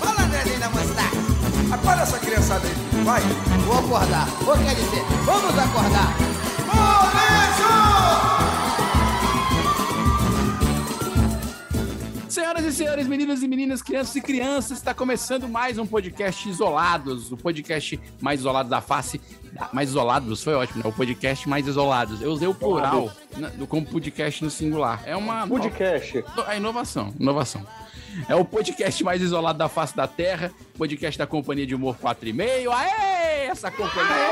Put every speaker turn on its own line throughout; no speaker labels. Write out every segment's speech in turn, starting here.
fala Andrezinho da mocidade. Acorda essa criançada aí, vai.
Vou acordar. Ou quer dizer, vamos acordar.
Senhoras e senhores, meninos e meninas, crianças e crianças, está começando mais um podcast Isolados, o podcast mais isolado da face. Ah, Mais isolados, foi ótimo, né? O podcast mais isolados. Eu usei o plural na- do- como podcast no singular. É uma.
Podcast.
A é inovação, inovação. É o podcast mais isolado da face da Terra, podcast da Companhia de Humor 4,5. Aê! Essa companhia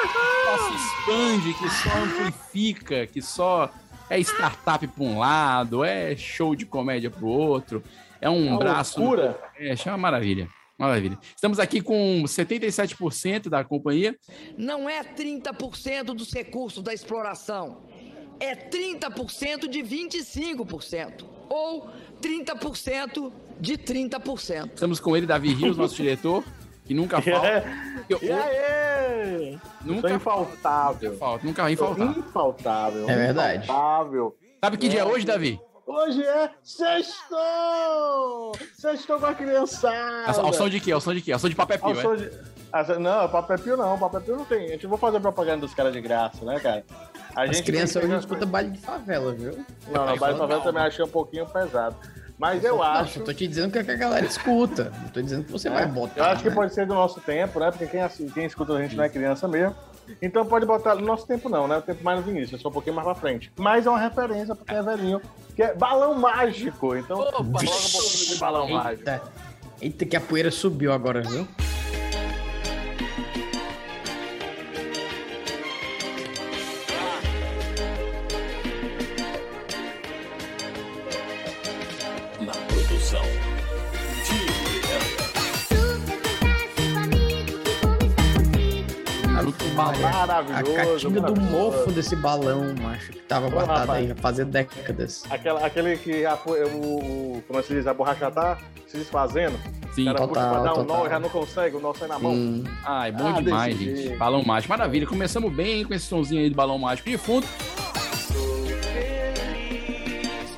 que só se expande, que só amplifica, que só é startup para um lado, é show de comédia para o outro, é um
Uma
né?
braço.
Loucura.
É, chama maravilha. Maravilha. Estamos aqui com 77% da companhia.
não é 30% dos recursos da exploração, é 30% de 25%, ou 30% de 30%.
Estamos com ele, Davi Rios, nosso diretor, que nunca falta. que eu-
É. E aí? Sou
nunca
infaltável.
falta, nunca vai
Sou
faltar.
infaltável.
É verdade.
Infaltável.
Sabe que dia é hoje, Davi?
Hoje é sexto! Sexto com a criançada.
Ao som É de quê? Ao som de quê? Ao som de papel
Ao
pio, é?
som de- Ah, se- Não, Papel Pio não. Papel Pio não tem. Eu gente não vou fazer propaganda dos caras de graça, né, cara? A
As
gente
crianças
tem que-
hoje escutam baile de favela, viu?
Não, na base
Não.
novela também achei um pouquinho pesado. Mas eu
Não,
acho... É.
só tô te dizendo o que é que a galera escuta. Não tô dizendo que você vai botar.
Eu acho que
né?
pode ser do nosso tempo, né? Porque quem, assi- quem escuta a gente não é criança mesmo. Então pode botar no nosso tempo não, né? O tempo mais no Vinícius, é só um pouquinho mais pra frente. Mas é uma referência pra quem é velhinho, que é balão mágico. Então,
Opa!
coloca um pouquinho de balão mágico.
Eita. Eita, que a poeira subiu agora, viu?
Maravilhoso.
A, a catinga do
maravilhoso.
mofo desse balão, macho, que tava guardado
rapaz.
aí já fazia décadas.
Aquela, aquele que a, po- o, o- como se diz, a borracha tá se desfazendo.
Sim.
o cara puxa
total,
pra dar um nó
total. Hum.
e já não consegue, o nó sai na mão.
Sim.
Ah, é bom
Ah,
demais,
desse
gente.
jeito.
Balão mágico. Maravilha. Começamos bem hein, com esse sonzinho aí do balão mágico de fundo.
feliz,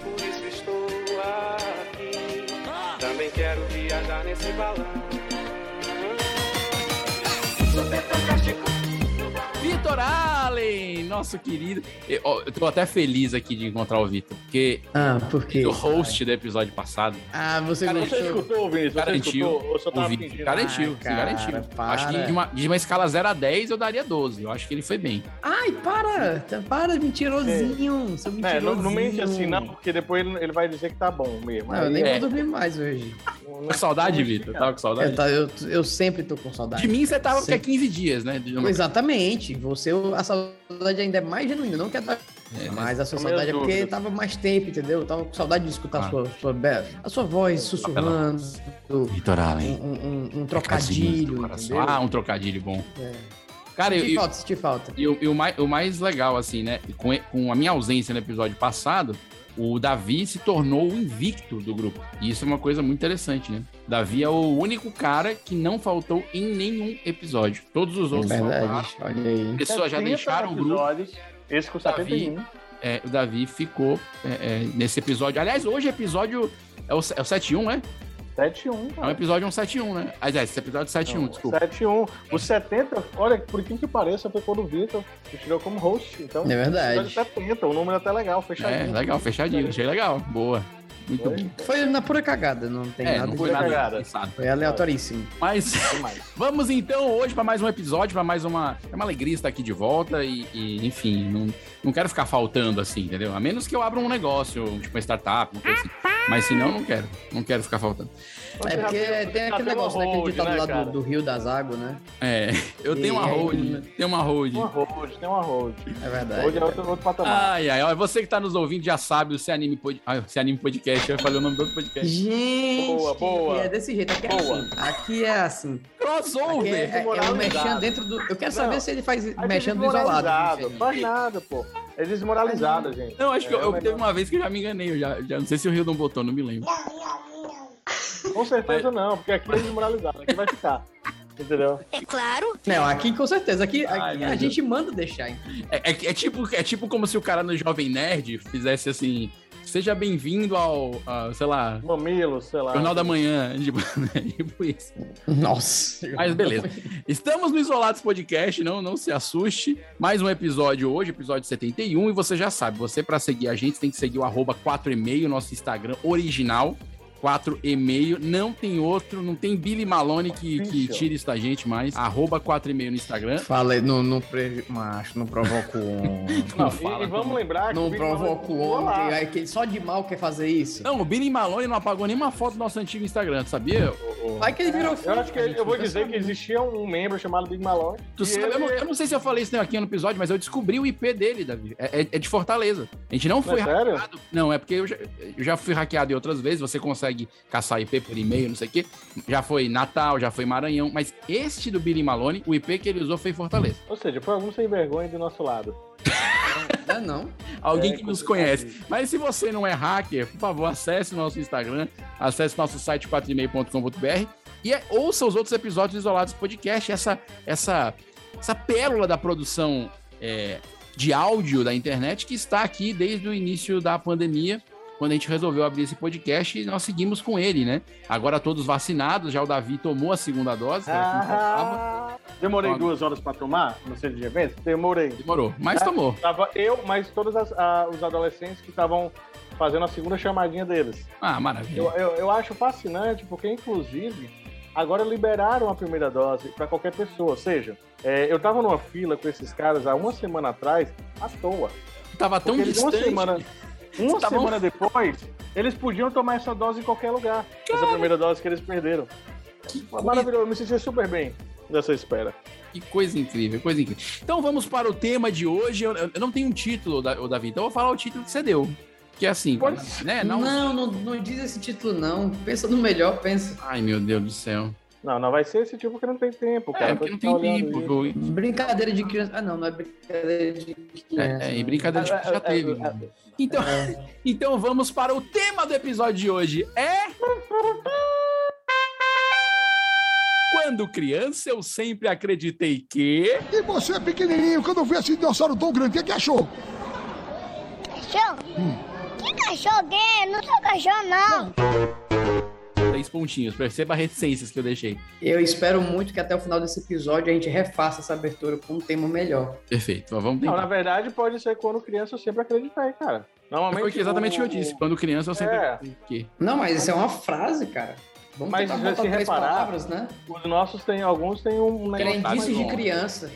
por isso estou aqui. Também quero viajar nesse balão.
Vitor Allen, nosso querido. Eu, ó, eu tô até feliz aqui de encontrar o Vitor, porque
Ah, por quê?
o host do episódio passado
Ah, você
Cara,
Você
gostou?
escutou, Vinícius? Você
garantiu
escutou? Ou só
o
tava
Vitor.
fingindo?
Garantiu,
Ah,
se
cara,
garantiu.
para.
Acho que de uma, de uma escala 0 a 10 eu daria 12. Eu acho que ele foi bem.
Ai, para! tá- Para, mentirosinho! Seu mentirosinho!
É, não, não mente assim, não, porque depois ele, ele vai dizer que tá bom mesmo.
Não, eu
Aí é
nem
É.
vou dormir mais hoje.
Tô com saudade, Vitor. Tava com
Eu,
saudade.
tá- eu, eu sempre tô com
De
saudade.
mim você tava porque
Sim.
é 15 dias, né? De-
Exatamente. Você, a saudade ainda é mais genuína, não que a
É,
Mas a sua
São minhas
saudade é porque
dúvidas.
tava mais tempo, entendeu? Eu tava com saudade de escutar a
Ah. Tá,
sua, sua, be- a sua voz sussurrando,
Vitor
um,
Allen.
um- um
Casinho tá do
trocadilho,
coração.
entendeu?
Ah, um trocadilho bom.
É.
Cara, eu,
Senti
eu-
falta, senti falta.
E o, e o mai- o mais, legal, assim, né? Com, e- com a minha ausência no episódio passado, o Davi se tornou o invicto do grupo. E isso é uma coisa muito interessante, né? Davi é o único cara que não faltou em nenhum episódio. Todos os outros faltaram.
É Verdade, olha aí.
Pessoas já
70
deixaram o grupo.
episódios, Esse com
Davi.
71.
É, o Davi ficou é, é, nesse episódio. Aliás, hoje o episódio é o, se- é o 71, né?
71,
É um
cara.
episódio 171, né? Aliás, esse episódio é 71, desculpa.
71. O 70, olha, por que que pareça, foi quando o Vitor que tirou como host. Então,
É verdade.
70, o número é até legal,
É,
um.
fechadinho.
legal, fechadinho. Achei legal. Boa. Muito
Foi?
bom.
Foi na pura cagada, não tem
É,
nada.
não
de-
foi
Foi,
nada.
nada
cagada.
pensado.
aleatoríssimo.
Mas.
Demais.
Vamos então hoje para mais um episódio, para mais uma. É uma alegria estar aqui de volta e, e, enfim, não, não quero ficar faltando assim, entendeu? A menos que eu abra um negócio, tipo uma startup, uma coisa assim. Mas se não, não quero. Não quero ficar faltando.
É porque tem
já
aquele
tem uma
negócio, né? Aquele
hold,
ditado
né,
lá
cara?
do, do Rio das Águas, né?
É, eu tenho uma
E aí,
hold, né? tenho uma hold.
Tem uma hold, tem uma hold.
É verdade.
Hoje é outro, outro
Ah,
patamar.
Ai, ai, ai. Você que tá nos ouvindo já sabe o Se Anime, Pod... ai, Se Anime Podcast. Eu falei o nome do outro podcast.
Gente!
Boa, boa.
É desse jeito, aqui é
Boa.
assim. Aqui é assim. Porque é,
crossover.
é, é um mexendo dentro do. Eu quero saber
Não.
se ele faz
Aí
mexendo do
desmoralizado.
isolado. né,
Faz nada, pô. É desmoralizado, gente.
Não, acho que
É,
eu, eu-
mas
teve uma vez que eu já me enganei. Eu já, já não sei se eu rio de um botão, não me lembro.
Com certeza não, porque aqui é desmoralizado. Aqui vai ficar. Entendeu?
Não, aqui com certeza. Aqui,
Ai,
aqui
meu
a
Deus.
gente manda deixar. hein?
É, é- é tipo, é tipo como se o cara no Jovem Nerd fizesse assim: seja bem-vindo ao, a, sei lá,
Mamilo, sei lá.
Jornal da Manhã. Tipo, né? Tipo isso.
Nossa.
Mas beleza. Estamos no Isolados Podcast, não, não se assuste. Mais um episódio hoje, episódio 71. E você já sabe, você para seguir a gente tem que seguir o arroba 4e-mail, nosso Instagram original. 4e-mail, não tem outro, não tem Billy Malone que, que
Official.
tira isso da gente mais. Arroba 4e-mail no Instagram.
Falei, não, não, pre... macho, não provoco um.
Não,
E-
fala,
e, vamos
como-
lembrar que. o
não
Big
provoca o
Brother- Olá.
homem. aí que ele só de mal quer fazer isso.
Não, o Billy Malone não apagou nenhuma foto do nosso antigo Instagram, tu sabia?
Vai que ele virou
Eu
filho,
acho que
gente,
eu vou
nunca
dizer
sabe.
que existia um membro chamado Big Malone.
Tu
e
sabe, é?
ele-
eu, não, eu não sei se eu falei isso aqui no episódio, mas eu descobri o IP dele, Davi. É, é- é de Fortaleza. A gente não
Não
foi
é sério?
hackeado. Não, é porque eu já, eu já fui hackeado em outras vezes, você consegue caçar IP por e-mail, não sei o quê. Já foi Natal, já foi Maranhão, mas este do Billy Malone, o IP que ele usou foi em Fortaleza.
Ou seja, foi algum sem vergonha do nosso lado.
Não, não.
Alguém
É,
que nos
complicado
conhece.
isso.
Mas se você não é hacker, por favor, acesse o nosso Instagram, acesse nosso site 4e-mail.com.br e é- ouça os outros episódios isolados do podcast, essa, essa, essa pérola da produção é, de áudio da internet que está aqui desde o início da pandemia, quando a gente resolveu abrir esse podcast e nós seguimos com ele, né? Agora todos vacinados, já o Davi tomou a segunda dose, que era o que faltava.
Ah, demorei
Toma.
duas horas pra tomar no centro de eventos? Demorei.
demorou, mas
Ah.
tomou.
Tava eu, mas todos as- a- os adolescentes que estavam fazendo a segunda chamadinha deles.
Ah, maravilha.
Eu, eu, eu acho fascinante, porque inclusive agora liberaram a primeira dose para qualquer pessoa. Ou seja, é, eu tava numa fila com esses caras há uma semana atrás, à toa.
Tava tão
Porque eles uma
distante.
semana, uma
Tá bom.
semana depois, eles podiam tomar essa dose em qualquer lugar. Essa primeira dose que eles perderam.
que coisa
Maravilhoso, eu me senti super bem nessa espera.
Que coisa incrível, coisa incrível. Então vamos para o tema de hoje. Eu, eu não tenho um título, Da- ô, Davi, então eu vou falar o título que você deu. Que é assim,
Pode
né?
Não,
Não...
não, não diz esse título, não. Pensa no melhor, pensa.
Ai, meu Deus do céu.
Não, não vai ser esse tipo que não tem tempo, cara.
É, porque
Pra
não
ficar
tem
olhando
tempo.
isso.
eu-
Brincadeira de criança. Ah, não, não é brincadeira de criança.
É, é, e
não.
brincadeira de
Ah,
já
ah,
teve.
ah,
né? Então,
É.
então vamos para o tema do episódio de hoje. É. Quando criança, eu sempre acreditei que.
E você, é pequenininho, quando vê esse dinossauro tão grande, o que, que achou?
Cachorro? Que cachorro, quem? Não sou cachorro, não.
Três pontinhos, perceba as reticências que eu deixei.
Eu espero muito que até o final desse episódio a gente refaça essa abertura com um tema melhor.
Perfeito, vamos
Não, na
tentar.
verdade, pode ser quando criança eu sempre acreditei, cara.
Foi
Normalmente.
exatamente o que eu
o-
disse. Quando criança, eu sempre
É.
acreditei que.
Não, mas isso é uma frase, cara. Vamos
Mas
tentar
se você
botar três
reparar-
palavras, né?
Os nossos tem, alguns tem um negócio mais
Crendices de
longo.
criança.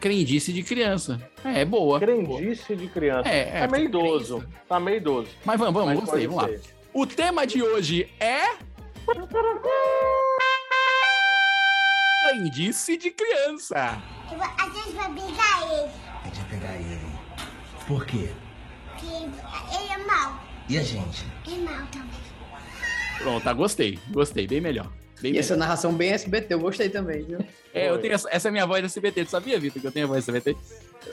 Crendice de criança. É, é boa.
Crendice de criança.
É,
É,
é,
meio
crença.
idoso. Tá meio idoso.
Mas vamos, vamos,
Mas
gostei,
pode
vamos lá.
ser.
O tema de hoje é. Crendice de criança.
A gente vai pegar ele,
A gente vai pegar ele. Por quê?
porque ele é mau.
E a gente?
É mau também.
Pronto, tá, gostei. Gostei, bem melhor. Bem
E
melhor.
essa narração bem SBT, eu gostei também, viu?
É, eu tenho essa, essa é a minha voz da CBT. Tu sabia, Vitor, que eu tenho a voz da CBT?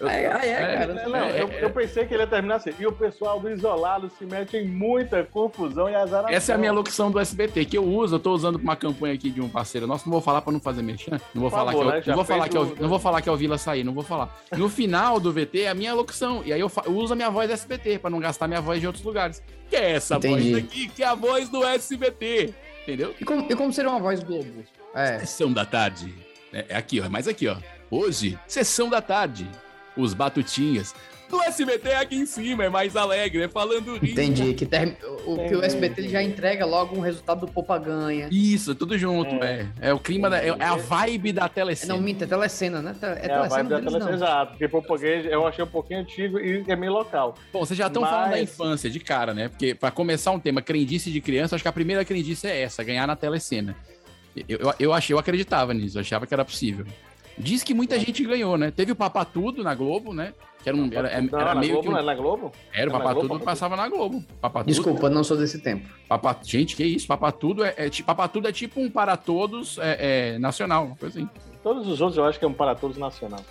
Ah, é, ah, é,
É,
cara.
Não, não, eu, eu pensei que ele ia terminar assim. E o pessoal do isolado se mete em muita confusão e azar.
Essa é a minha locução do SBT, que eu uso, eu tô usando pra uma campanha aqui de um parceiro nosso, não vou falar pra não fazer merchan, não vou
Por
falar que
favor,
eu,
né? Já
não vou
fez
falar que eu,
o-
não vou falar que é o Vila sair, não vou falar. No final do VT é a minha locução, e aí eu, fa- eu uso a minha voz do SBT pra não gastar minha voz de outros lugares. Que é essa
Entendi.
voz daqui, que é a voz do SBT, entendeu?
E como, e como seria uma voz Globo? É.
Sessão da tarde. É, é aqui, ó, é mais aqui, ó. Hoje, sessão da tarde. Os batutinhas do SBT é aqui em cima, é mais alegre, é falando rindo.
Entendi. Que, term... o, que o
É.
Entendi.
SBT ele já entrega logo um resultado do Poupa Ganha.
Isso, tudo junto, é. É, o clima, da, é, é a vibe da telecena.
Não, minta, é telecena, né? Te- É,
É, a
telecena,
vibe da
deles,
telecena.
não.
Exato, porque português eu achei um pouquinho antigo e é meio local.
Bom, vocês já estão
Mas-
falando da infância, de cara, né? Porque pra começar um tema crendice de criança, acho que a primeira crendice é essa, ganhar na telecena. Eu, eu, eu achei, eu acreditava nisso, eu achava que era possível. Diz que muita gente ganhou, né? Teve o Papatudo na Globo, né? Que era, um, era, era,
Não,
era
na
meio
Globo,
que. um-
não é na Globo?
era, o
na
Papatudo
Globo?
passava na Globo. Papatudo,
Desculpa, não sou desse tempo.
Papa- gente, que isso? Papatudo é, é, ti- Papatudo é tipo um para todos é, é, nacional, uma coisa assim.
Todos os outros eu acho que é um para todos nacional.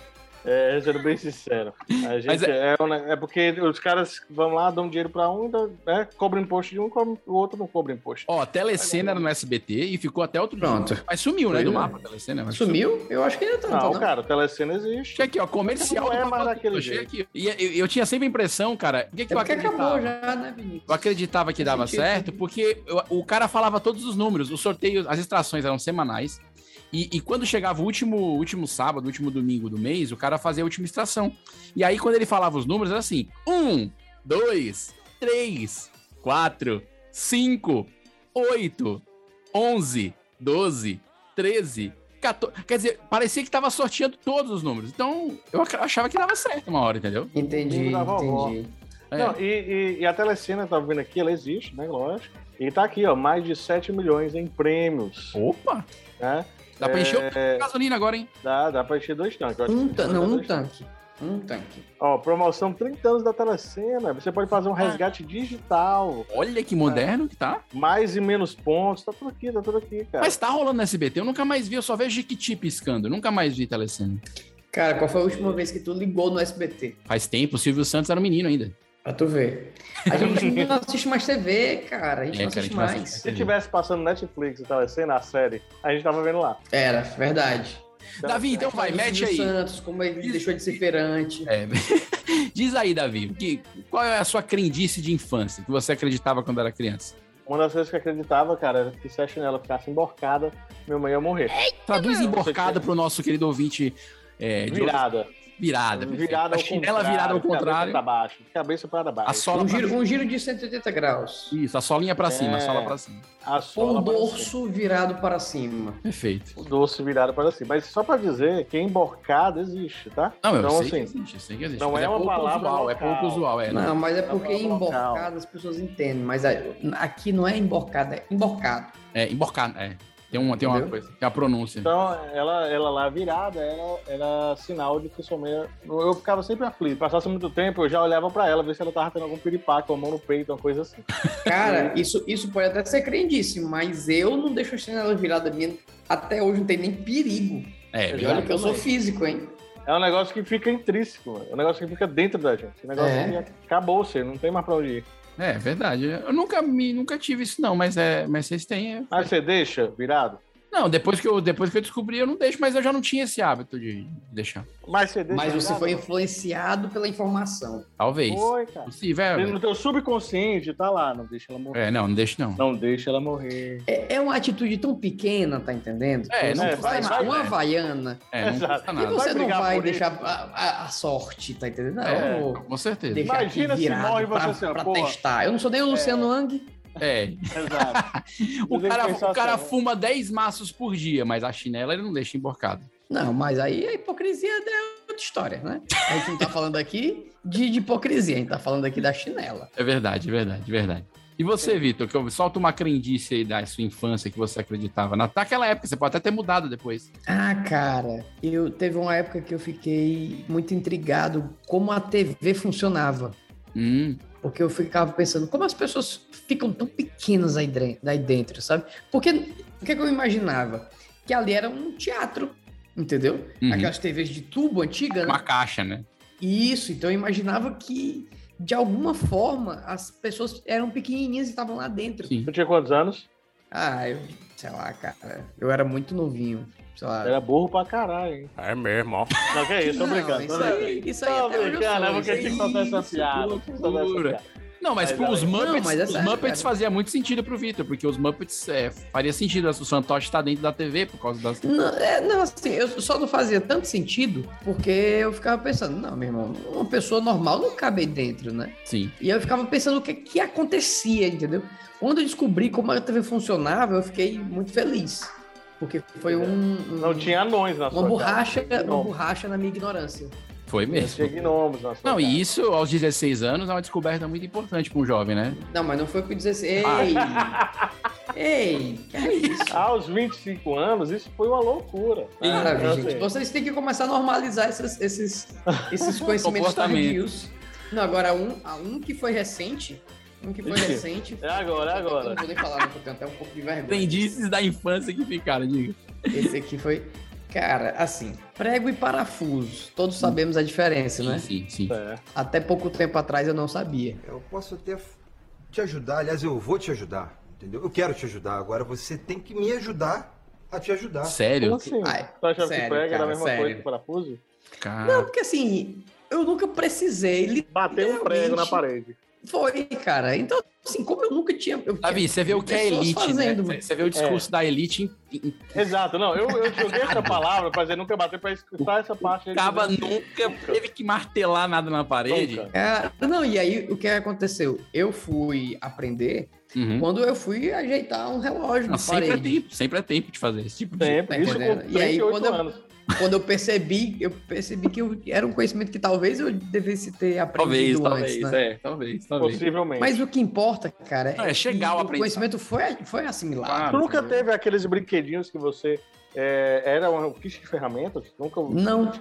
É, sendo bem sincero. A
Mas
gente é... um ne- é porque os caras vão lá, dão dinheiro pra um, dão- né, cobram imposto de um, cobram- o outro não cobra imposto.
Ó, Telecena era no SBT e ficou até outro
Pronto.
dia. Mas sumiu, né?
Pois
Do
é.
mapa, Telecena. mas
Sumiu? Eu acho que ainda tá.
não,
tá, não.
cara, Telecena existe.
Achei aqui, ó, comercial.
Não é
do
mais
Papatudo,
daquele
achei
jeito.
aqui. E eu, eu tinha sempre a impressão, cara. O que, que
É
eu
porque
acreditava?
acabou já, né, Vinícius?
Eu acreditava que dava
sentido.
certo,
né?
porque eu- o cara falava todos os números, os sorteios, as extrações eram semanais. E, e quando chegava o último, último sábado, o último domingo do mês, o cara fazia a última extração. E aí, quando ele falava os números, era assim: um, dois, três, quatro, cinco, oito, 11, 12, 13, 14. Quer dizer, parecia que tava sorteando todos os números. Então, eu ac- achava que dava certo uma hora, entendeu?
Entendi,
Mundo da vovó.
entendi.
É.
Não, e, e- e a Telecena, tá vendo aqui, ela existe, né? Lógico. E tá aqui, ó, mais de 7 milhões em prêmios.
Opa!
Né?
Dá pra encher o
É,
gasolina agora, hein?
dá, dá pra encher dois tanques. eu acho
Um
que
tanque, não,
dá
um
dois tanques.
tanque. Um tanque.
Ó, promoção 30 anos da Telecena. Você pode fazer um
Ah.
resgate digital.
Olha que moderno que tá.
Mais e menos pontos. Tá tudo aqui, tá tudo aqui, cara.
Mas tá rolando no SBT, eu nunca mais vi, eu só vejo Jiquiti piscando, eu nunca mais vi Telecena.
Cara, qual foi a última vez que tu ligou no SBT?
Faz tempo, o Silvio Santos era um menino ainda.
Pra tu ver. A gente não assiste mais TV, cara. A gente
É,
não
cara, a
assiste
gente não
mais.
assiste.
Se tivesse passando Netflix e Telecena, a série, a gente tava vendo lá.
Era, verdade.
Davi, então vai,
Silvio
mete aí.
Santos, como ele
Isso.
deixou de ser feirante.
É. Diz aí, Davi, que, qual é a sua crendice de infância que você acreditava quando era criança?
Uma das coisas que eu acreditava, cara, era que se a chinela ficasse emborcada, minha mãe ia morrer.
Traduz emborcada pro nosso querido ouvinte é, de
Virada.
virada.
Virada
a
ao
chinela
contrário.
virada ao
Cabeça
contrário,
pra baixo. Cabeça pra baixo.
a sola
Um
pra
giro, um giro de 180 graus.
Isso, a solinha pra cima, a
É.
sola pra cima.
A
Com
sola
o
pra
dorso virado para cima.
Perfeito.
cima. O dorso virado para cima. Mas só pra dizer que emborcada existe, tá?
Não, eu
então,
sei que
assim,
existe, eu sei que existe.
não
mas
é uma
pouco
palavra
usual, é
local.
pouco usual, é.
Não, mas é porque
pra colocar, ó.
emborcado as pessoas entendem. Mas aí, aqui não é emborcado, é emborcado.
É, emborcada, é. Tem uma, tem uma
Entendeu?
coisa, tem a pronúncia.
Então, ela, ela lá virada era, era sinal de que sua mãe. era- Eu ficava sempre aflito. Passasse muito tempo, eu já olhava pra ela, ver se ela tava tendo algum piripaque, uma mão no peito, uma coisa assim.
Cara, isso, isso pode até ser crendice, mas eu não deixo a chinela virada minha. Até hoje não tem nem perigo.
É,
Eu
E
verdade.
olha que eu sou físico, hein?
É um negócio que fica intrínseco, é um negócio que fica dentro da gente. É um negócio
É.
que acabou, você não tem mais pra onde ir.
é verdade. Eu nunca, me, nunca tive isso, não, mas, é, mas vocês têm. é.
Aí você deixa virado.
Não, depois que, eu, depois que eu descobri, eu não deixo, mas eu já não tinha esse hábito de deixar.
Mas você deixa.
Mas você
virado?
foi influenciado pela informação.
Talvez.
Foi, cara.
Possível, é,
No teu subconsciente tá lá, não deixa ela morrer.
é, não, não deixo, não.
Não deixa ela morrer.
É, é uma atitude tão pequena, tá entendendo?
É,
Você
não
vai
faz,
na-
vai,
uma
é.
havaiana
É, não
Exato.
custa
e
nada.
você não
brigar
vai
por
deixar a, a- a sorte, tá entendendo? Não,
É,
eu vou
com certeza.
deixar
Imagina se
aqui virado
morre você
pra,
assim, ó,
pra
porra.
testar. Eu não sou nem o Luciano Ang.
É.
Exato.
O cara,
pensar
o cara
assim,
fuma 10 maços por dia, mas a chinela ele não deixa emborcada.
Não, mas aí a hipocrisia é outra história, né? A gente não tá falando aqui de, de hipocrisia, a gente tá falando aqui da chinela.
É verdade, é verdade, é verdade. E você, Vitor, que eu- solta uma crendice aí da sua infância que você acreditava na- naquela época, você pode até ter mudado depois.
Ah, cara, eu teve uma época que eu fiquei muito intrigado como a TV funcionava.
Hum,
Porque eu ficava pensando, como as pessoas ficam tão pequenas aí, dre- aí dentro, sabe? Porque o que, que eu imaginava? Que ali era um teatro, entendeu?
Uhum.
Aquelas TVs de tubo antiga, né?
uma caixa, né?
Isso, então eu imaginava que, de alguma forma, as pessoas eram pequenininhas e estavam lá dentro.
Sim.
Tu tinha quantos anos?
Ah, eu, sei lá, cara, eu era muito novinho, sei lá.
Era burro pra caralho, hein?
É mesmo, ó.
Não, que é isso, tô
Não,
brincando.
isso
tô brincando.
aí, isso aí
Não,
até hoje eu sou,
brincando, é porque
isso
tinha que
aí.
soltar essa
isso,
piada.
que
tinha que soltar essa
loucura.
piada.
Não, mas
Mas
pros
é-
Muppets,
Não, mas é
os
sério,
Muppets
cara.
fazia muito sentido pro Vitor, porque os Muppets é, faria sentido, o Santoshi tá dentro da TV por causa das...
Não, é, não, assim, eu só não fazia tanto sentido porque eu ficava pensando, não, meu irmão, uma pessoa normal não cabe aí dentro, né?
Sim.
E eu ficava pensando o que, que acontecia, entendeu? Quando eu descobri como a TV funcionava, eu fiquei muito feliz. Porque foi um, um-
Não tinha anões na sua
uma borracha, é
casa.
uma borracha na minha ignorância.
Foi
Tinha
mesmo.
gnomos na sua
Não,
casa.
e isso aos 16 anos é uma descoberta muito importante pra um jovem, né?
Não, mas não foi com 16.
Ah.
Ei! Ei, que é isso?
Ah, Aos 25 anos, isso foi uma loucura.
Cara,
Então,
gente,
assim,
vocês têm que começar a normalizar esses, esses, esses conhecimentos
Comportamento.
tardios. Não, agora um, ah, um que foi recente. Um que foi
Ixi,
recente.
é agora, é agora.
Eu não vou nem falar, não, porque eu tenho até um pouco de vergonha.
Tem indícios da infância que ficaram, diga.
Esse aqui foi. Cara, assim, prego e parafuso. Todos sabemos a diferença, né?
Sim, sim.
é.
Até pouco tempo atrás eu não sabia.
Eu posso até f- te ajudar, aliás, eu vou te ajudar, entendeu? Eu quero te ajudar, agora você tem que me ajudar a te
Tá.
ajudar.
Como
Sério?
assim?
Ai,
Tu achava que
sério,
prega era a
cara,
mesma
sério.
coisa que parafuso?
Não,
Cara,
porque assim, eu nunca precisei. li-
Bateu um prego na parede.
Foi, cara. Então, assim, como eu nunca tinha. Eu
Davi, você vê o que é
Pessoas
elite,
fazendo, É.
né?
mano.
Você vê o discurso da elite em- em-
Exato, não, eu, eu joguei essa palavra pra dizer nunca bater pra escutar essa parte. aí.
Caba nunca teve que martelar nada na parede.
Nunca.
Cara, ah, não, e aí o que aconteceu? Eu fui aprender
Uhum.
quando eu fui ajeitar um relógio
Não,
na
sempre é
parede.
tempo, sempre é tempo de fazer esse tipo de.
Sempre,
Tá
isso com
entendendo? E aí,
38
quando eu-
anos.
assim.
Quando eu percebi, eu percebi que eu- era um conhecimento que talvez eu devesse ter
Talvez,
aprendido
talvez,
antes, né?
é, talvez, talvez.
Possivelmente.
Mas o que importa, cara,
Não, é chegar ao
que o
aprendizado.
conhecimento foi, foi
Ah,
assimilado.
Tu nunca teve aqueles brinquedinhos que você é, era um kit de ferramentas? Nunca.
Não,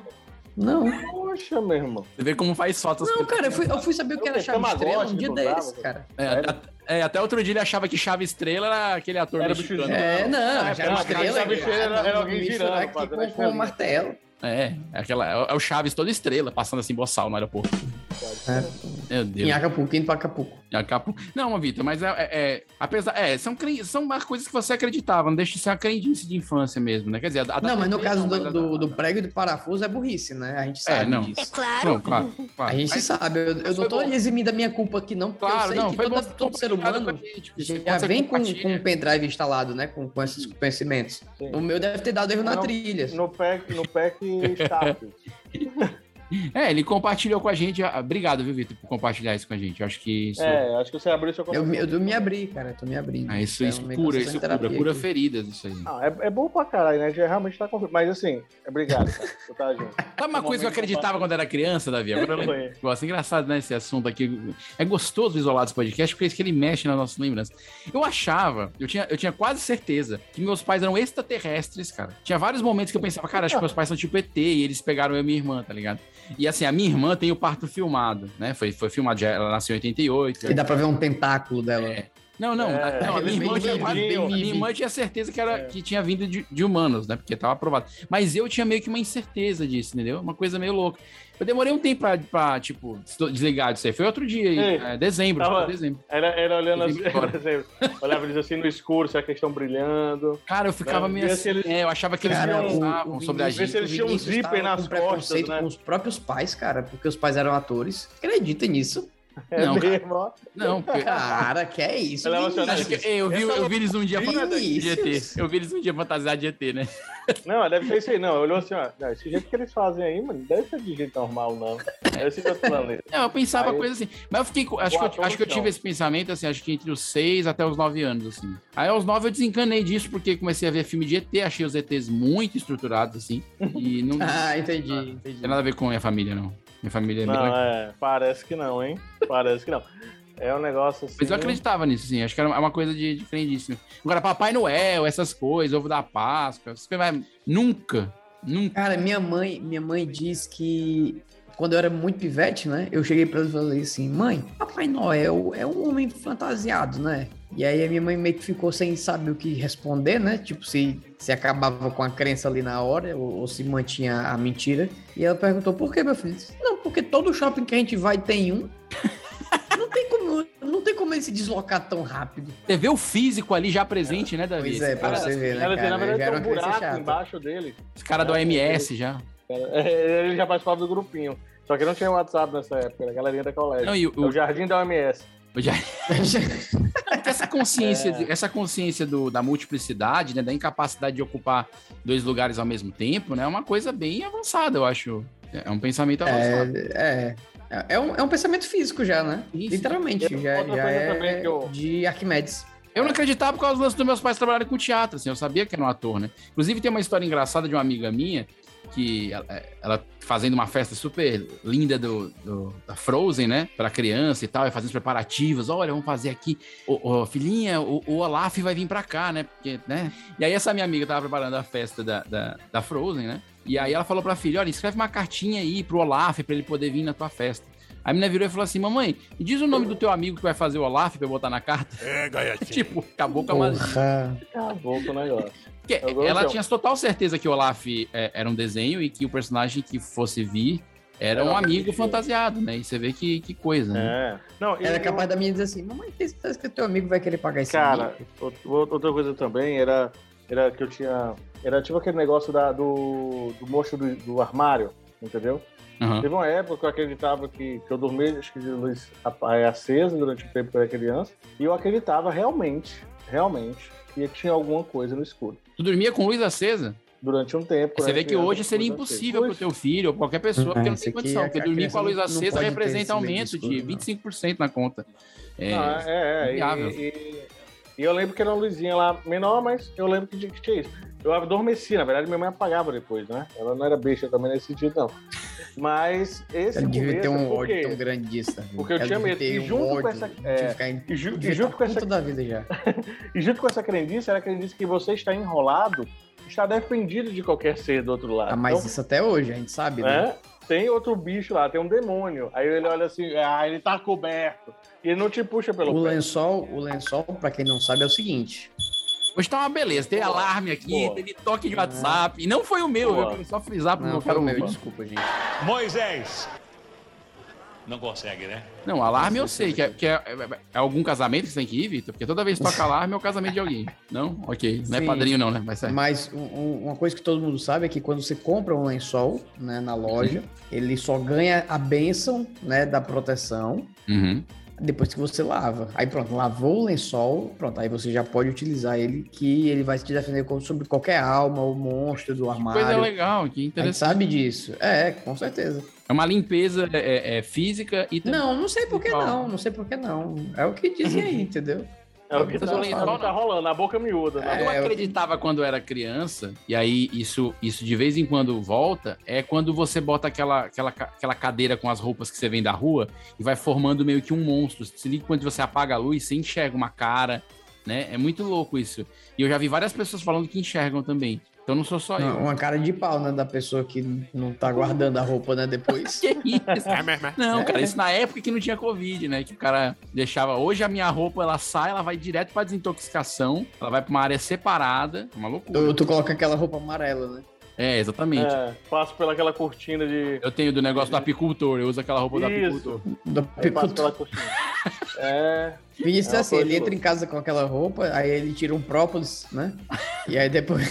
não.
Poxa, meu irmão.
Você vê como faz falta. as
Não,
coisas.
cara, eu fui, eu fui saber o que
Eu
era
pensei,
chave estrela um
Tamagotchi,
dia
não dava,
desses, cara.
É, até, é, até outro dia ele achava que Chave Estrela era aquele ator
Era
mexicano.
bicho-
É, não, é
Ah,
chave
não,
estrela.
chave estrela era-
cara,
era alguém
vamos
girando,
misturar aqui
fazendo a
é com, com
estrelinha.
um martelo.
É, é, aquela, é, o- é o Chaves toda estrela, passando assim, boçal no aeroporto.
É.
Meu Deus.
Em Acapulco, indo pra Acapulco.
Acapulco. Não, mas, Vitor, mas é, é- é- apesar, é, são, cren- são umas coisas que você acreditava, não deixa de ser uma crendice de infância mesmo, né? Quer dizer, a- a da
Não, mas no
TV
caso
não, mas
do,
a
do,
da-
do prego e do parafuso é burrice, né? A gente sabe
não.
disso.
É Claro.
Não, claro, claro.
A gente
Mas-
sabe, eu, eu
mas
não
foi
tô
bom.
eximindo a minha culpa aqui, não, porque eu
Claro,
sei
não,
que
foi
toda-
bom
todo ser humano já vem com, com um pendrive instalado, né? Com, com esses conhecimentos.
Sim.
O meu deve ter dado erro na
Não,
trilha.
No pack, no pack status.
É, ele compartilhou com a gente. ah, Obrigado, viu, Vitor, por compartilhar isso com a gente. Eu acho que isso é,
É, acho que você abriu seu
Eu,
coração.
me- eu tô me abri, cara, eu tô me abrindo.
Ah, isso,
É
isso
uma
cura,
meditação
isso
terapia
cura, cura
aqui.
feridas isso aí.
Ah, é, é bom pra caralho, né? Já realmente tá confirmado. Mas assim, obrigado, cara, por tá junto.
Sabe uma coisa que
Um
eu
momento
acreditava
compartilhado.
quando era criança, Davi? Agora eu lembro.
Foi.
Eu gosto. Engraçado, né, esse assunto aqui. É gostoso isolar esse podcast, porque é isso que ele mexe nas nossas lembranças. Eu achava, eu tinha, eu tinha quase certeza que meus pais eram extraterrestres, cara. Tinha vários momentos que eu pensava, cara, acho que meus pais são tipo ET e eles pegaram eu e minha irmã, tá ligado? E assim, a minha irmã tem o parto filmado, né? Foi, foi filmado, já- ela nasceu em 88.
E dá pra ver
né?
um tentáculo dela.
Não, não.
É,
não, a minha,
bem
irmã tinha,
vividinho,
quase-
bem
a minha
vividinho.
irmã tinha certeza que,
É.
era, que tinha vindo de, de humanos, né? Porque tava aprovado. Mas eu tinha meio que uma incerteza disso, entendeu? Uma coisa meio louca. Eu demorei um tempo pra, pra, tipo, desto- desligar disso aí. Foi outro dia, aí,
Ei,
é, dezembro.
tava-
foi dezembro.
Era, era olhando assim,
Ele foi embora.
assim, olhava eles assim no escuro, se a questão brilhando.
Cara, eu ficava
Não,
meio
e
assim.
assim, eles-
é, eu achava que eles
Cara,
não
o-
usavam
o
sobre a gente.
Vê
Vinícius-
se eles
o
tinham um
Vinícius
zíper
tava
nas
com preconceito
costas, né?
com os próprios pais, cara, porque os pais eram atores. Acredita nisso?
É
Não, cara.
mesmo, ó.
Não, porque.
Cara, que é isso?
Ela é
Vinícius?
Acho que- ei, eu, vi, eu vi eles um dia fantasiados de ET.
Vinícius.
Eu vi eles um dia fantasiados de ET, né?
Não, deve ser isso aí, não. Olhou assim, ó. Não, esse jeito que eles fazem aí, mano, não deve ser de jeito normal, não. É Deve ser de outro planeta.
Não, eu pensava
Aí-
coisa assim. Mas eu fiquei. com- Acho,
Boa
que, eu, acho que eu
solução.
tive esse pensamento, assim, acho que entre os seis até os nove anos, assim. Aí aos nove eu desencanei disso, porque comecei a ver filme de ET, achei os ETs muito estruturados, assim. E não tem
Ah, entendi, entendi.
nada a ver com minha família, não. Minha família é
Não,
bem...
é. Parece que não, hein? Parece que não. É um negócio assim.
Mas eu acreditava nisso, assim. Acho que era uma coisa de, de crendice. né? Agora, Papai Noel, essas coisas, ovo da Páscoa, essas coisas, mas nunca, nunca.
Cara, minha mãe, minha mãe diz que quando eu era muito pivete, né? Eu cheguei pra ela e falei assim, mãe, Papai Noel é um homem fantasiado, né? E aí a minha mãe meio que ficou sem saber o que responder, né? Tipo, se, se acabava com a crença ali na hora ou, ou se mantinha a mentira. E ela perguntou, por que, meu filho? Eu disse, não, porque todo shopping que a gente vai tem um. Não tem como, não tem como ele se deslocar tão rápido.
Você vê o físico ali já presente, né, Davi?
Pois é,
Esse
pra
cara,
você ver, né,
Ela dizia,
cara?
na verdade,
Já
tem
era
um
uma criança
buraco
chata.
embaixo dele.
esse cara do OMS já.
É, Ele já participava do grupinho. Só que não tinha WhatsApp nessa época, era a galerinha da colégio.
Não, e o-
É o jardim da OMS.
Porque essa consciência,
É.
de- essa consciência do- da multiplicidade, né, da incapacidade de ocupar dois lugares ao mesmo tempo, né, é uma coisa bem avançada, eu acho. É um pensamento avançado.
É, é, é, um, é um pensamento físico já, né?
Isso.
Literalmente, já,
outra
já
coisa
é
também que eu-
de Arquimedes.
Eu não acreditava por causa do lance dos meus pais trabalharem com teatro, assim, eu sabia que era um ator, né? Inclusive tem uma história engraçada de uma amiga minha, que ela, é, ela fazendo uma festa super linda do, do- da Frozen, né? Pra criança e tal, e fazendo os preparativos. Olha, vamos fazer aqui. Ô, ô, filhinha, o, o Olaf vai vir pra cá, né? Porque, né? E aí essa minha amiga tava preparando a festa da, da, da Frozen, né? E aí ela falou pra filha, olha, escreve uma cartinha aí pro Olaf pra ele poder vir na tua festa. A menina virou e falou assim, mamãe, me diz o nome do teu amigo que vai fazer o Olaf pra eu botar na carta. É, gaiatinho. tipo, acabou com a magia.
Porra.
Acabou com Tá o negócio.
Porque
Eu gosto
ela
de um.
tinha total certeza que o Olaf é, era um desenho e que o personagem que fosse vir era,
Era
um
um
amigo
amigo.
fantasiado, né? E você vê que, que coisa, né?
É. Não, e-
Uhum. Era capaz da minha dizer assim, mamãe, tem certeza que teu amigo vai querer pagar esse
Cara,
mico?"
ou- ou- outra coisa também era, era que eu tinha. Era tipo aquele negócio da, do, do mocho do, do armário, entendeu?
Aham.
Teve uma época que eu acreditava que, que eu dormia, acho que de luz a- é, acesa durante o tempo que eu era criança, e eu acreditava realmente, realmente, que tinha alguma coisa no escuro.
Tu dormia com luz acesa?
Durante um tempo. quando
Você
eu era
vê que
criança,
hoje seria
luz acesa.
impossível pro teu filho ou qualquer pessoa, porque
É,
não
isso
tem
aqui,
condição.
a-
Porque
a
dormir
criança
com a luz
não- não
acesa
pode ter
representa
esse meio
aumento de
escuro, não.
25% na conta. É,
Ah, é, é.
viável.
E, e- e eu lembro que era uma luzinha lá menor, mas eu lembro que tinha- que tinha isso. Eu adormeci, na verdade, minha mãe apagava depois, né? Ela não era besta também nesse sentido, não. Mas esse
Ela devia ter
começo, é
um
por
ódio
quê?
tão grande disso, tá?
Porque eu
Ela
tinha
devia
medo. E
ter um
junto com
ódio
essa-
de
é,
ficar em-
e ju-
devia
e junto
tá
com essa-
puto da vida já.
E junto com essa crendice, era a crendice que você está enrolado, está defendido de qualquer ser do outro lado.
Ah, mas
Então,
isso até hoje, a gente sabe, né?
né? Tem outro bicho lá, tem um demônio. Aí ele olha assim, ah, ele tá coberto. E ele não te puxa pelo
O
pé.
lençol, o lençol, pra quem não sabe, é o seguinte.
Hoje tá uma beleza. Teve alarme aqui,
é. Boa.
teve toque de WhatsApp. E não foi o meu,
Boa.
eu queria só frisar pro
É. Não,
meu
foi
cara
o meu,
ouvinte.
desculpa, gente.
Moisés. Não consegue, né?
Não, alarme eu sei, que, é, que é, é- é algum casamento que você tem que ir, Vitor? Porque toda vez que toca alarme é o casamento de alguém. Não? Ok. Não é
Sim.
padrinho, não, né? Mas é.
Mas um- um- uma coisa que todo mundo sabe é que quando você compra um lençol né, na loja,
Uhum.
ele só ganha a bênção né, da proteção
Uhum.
depois que você lava. Aí pronto, lavou o lençol, pronto, aí você já pode utilizar ele, que ele vai te defender co- sobre qualquer alma ou monstro do armário.
Coisa né? legal, que
a gente
interessante.
sabe disso. É, com certeza.
É uma limpeza é, é, física e também.
Não, não sei por que
Qual?
não, não sei por que não. É o que dizem aí, entendeu?
É o que tá,
Fazer um lençol,
tá rolando, a boca miúda. né?
eu
é, eu-
acreditava quando eu era criança, e aí isso, isso de vez em quando volta, é quando você bota aquela, aquela, ca- aquela cadeira com as roupas que você vem da rua e vai formando meio que um monstro. Se liga quando você apaga a luz, você enxerga uma cara, né? É muito louco isso. E eu já vi várias pessoas falando que enxergam também. Então não sou só eu.
Uma, uma cara de pau, né, da pessoa que não tá guardando a roupa, né, depois.
Que isso?
É
Não,
É.
cara, isso na época que não tinha Covid, né? Que o cara deixava. Hoje a minha roupa ela sai, ela vai direto pra desintoxicação, ela vai pra uma área separada. É uma loucura.
Ou tu coloca aquela roupa amarela, né?
É, exatamente.
É, passo pelaquela cortina de.
Eu tenho do negócio do apicultor, eu uso aquela roupa do apicultor.
Isso.
Do
Eu passo
apicultor.
pela cortina. É.
Vinícius
É
um é
uma
assim,
coisa
ele entra
louca.
em casa com aquela roupa, aí ele tira um própolis, né? E aí depois.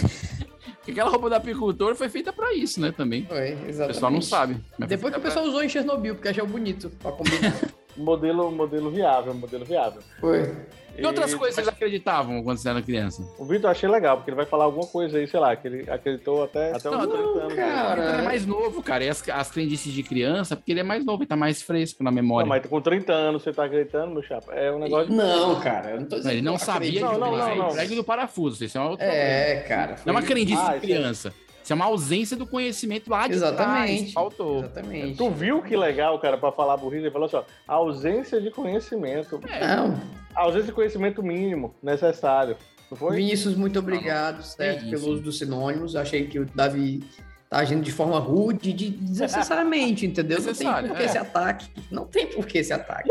Porque Aquela roupa do apicultor foi feita pra isso, né? Também.
Foi,
O
exatamente.
pessoal não sabe. né? mas foi
Depois que
feita
o pessoal usou em Chernobyl, porque achou bonito pra combinar.
Modelo, modelo viável, modelo viável.
Foi.
pra- E outras coisas vocês acreditavam quando você era criança?
O Vitor eu achei legal, porque ele vai falar alguma coisa aí, sei lá, que ele acreditou até, até uns
Não,
30 anos.
Porque ele é
Cara.
mais novo, cara. E as, as crendices de criança, porque ele é mais novo, ele tá mais fresco na memória.
Não, mas com 30 anos você tá acreditando, meu chapa. É um negócio.
Não, cara, eu não tô
Não,
dizendo.
Ele não
que eu
sabia
acredito
de
Não, não,
um
nisso.
não, não.
prego do parafuso. Isso é uma outra
É, cara.
Não é uma crendice
Ah,
de
isso
criança. Isso é uma ausência do conhecimento lá de
Exatamente.
trás. Faltou. É
Exatamente.
Tu viu que legal, cara, pra falar burrice? Ele falou assim: ó, ausência de conhecimento.
É.
Não,
Ausência de conhecimento mínimo necessário. Não foi?
Vinícius, muito obrigado, certo,
isso.
pelo uso dos sinônimos. Eu achei que o Davi tá agindo de forma rude, de, desnecessariamente, entendeu? Não tem
Necessário,
por que
é.
esse ataque. Não tem por que esse ataque.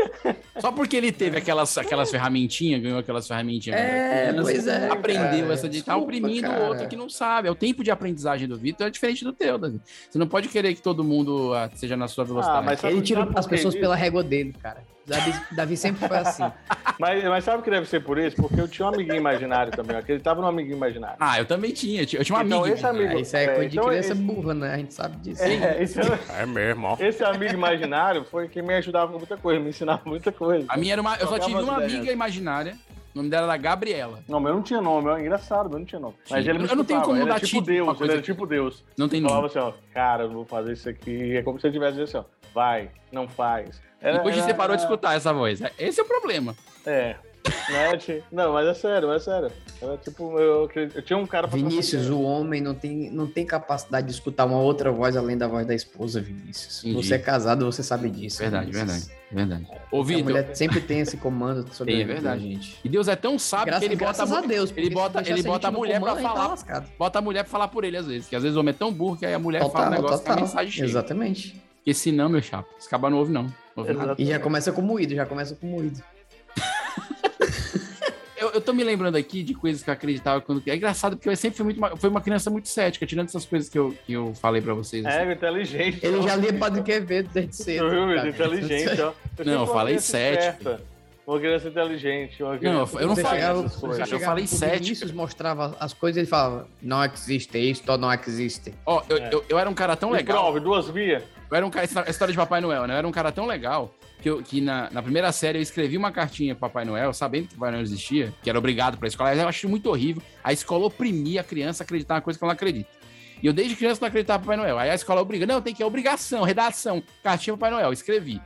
Só porque ele teve aquelas, aquelas ferramentinhas, ganhou aquelas ferramentinhas.
É,
quando era
pois é,
Aprendeu
cara.
essa de tá
Desculpa,
oprimindo o
cara.
outro que não sabe. É o tempo de aprendizagem do Vitor é diferente do teu, Davi. Você não pode querer que todo mundo ah, seja na sua velocidade.
Ah, mas sabe-
Ele tira
sabe por
as
que
pessoas
disso?
pela régua dele, cara. Davi, Davi sempre foi assim.
Mas, mas sabe o que deve ser por isso? Porque eu tinha um amiguinho imaginário também. Eu acreditava num amiguinho imaginário.
Ah, eu também tinha. Eu tinha eu tinha uma
Então,
amiga.
esse amigo-
É, isso aí é
É,
coisa de
então
criança
esse-
burra, né? A gente sabe disso.
Ah,
É, esse,
mesmo.
esse amigo imaginário foi quem me ajudava com muita coisa, me ensinava muita coisa.
A minha era uma. Eu só
Jogava
tive uma
as ideias.
amiga imaginária. O nome dela era Gabriela.
Não, mas eu não tinha nome, é engraçado, mas eu não tinha nome. Mas
Sim.
ele me
Eu não tenho
escutava,
como
ele
dar
era tipo
título pra
Deus, ele
coisa
era
que-
tipo Deus.
Não tem
Falava
nome.
assim, ó, cara, eu não vou fazer isso aqui. É como se eu tivesse dizendo assim, ó, vai, não faz.
E Hoje você parou de escutar essa voz. Esse é o é problema.
É. Net. Não, mas é sério, mas é sério. Era tipo, eu, eu tinha um cara
Vinícius, o homem não tem, não tem capacidade de escutar uma outra voz além da voz da esposa, Vinícius.
Entendi.
Você é casado, você sabe disso. né? É
Verdade,
Vinícius.
verdade, verdade. Ô,
A
Vitor,
mulher sempre tem esse comando sobre
Tem, é
a vida
verdade.
da gente.
e Deus é tão sábio
Graças,
que ele bota a,
graças a
mu-
Deus.
ele
porque se
bota,
deixasse
ele bota a
gente no
mulher pra
comando, aí tá
falar,
lascado.
bota a mulher pra falar por ele às vezes, que às vezes o homem é tão burro que aí a mulher fala um
Total,
negócio que a
total.
mensagem chega.
Exatamente.
Porque se não, meu chapa, esse cabra não ouve não. Não ouve nada.
E já começa com moído, já começa com moído.
Eu, eu tô me lembrando aqui de coisas que eu acreditava quando... É engraçado porque eu sempre fui, muito, ma- foi uma criança muito cética, tirando essas coisas que eu, que eu falei pra vocês. assim.
É, inteligente.
Ele
ó.
já lia Padre Quevedo desde cedo.
Tu viu,
cara.
inteligente, ó. sempre
Não, eu
fui uma
falei
criança
sete,
esperta, Uma criança inteligente. Uma
Não,
criança...
eu não
Você
falei
chegava-
essas
você
coisas. Eu
chegava
falei
pro
sete.
Vinícius mostrava as coisas e ele falava, não existe isso, ou não existe.
Ó, eu, eu, eu era um cara tão
Me
legal.
prove, duas vias.
Eu era um cara, essa história de Papai Noel, né? Eu era um cara tão legal que, eu- que na, na primeira série eu escrevi uma cartinha pro Papai Noel, sabendo que o Papai Noel existia, que era obrigado pra escola. Eu acho muito horrível. A escola oprimia a criança a acreditar uma coisa que ela não acredita. E eu desde criança não acreditava no Papai Noel. Aí a escola obriga, não, tem que é obrigação, redação, cartinha pro Papai Noel, escrevi.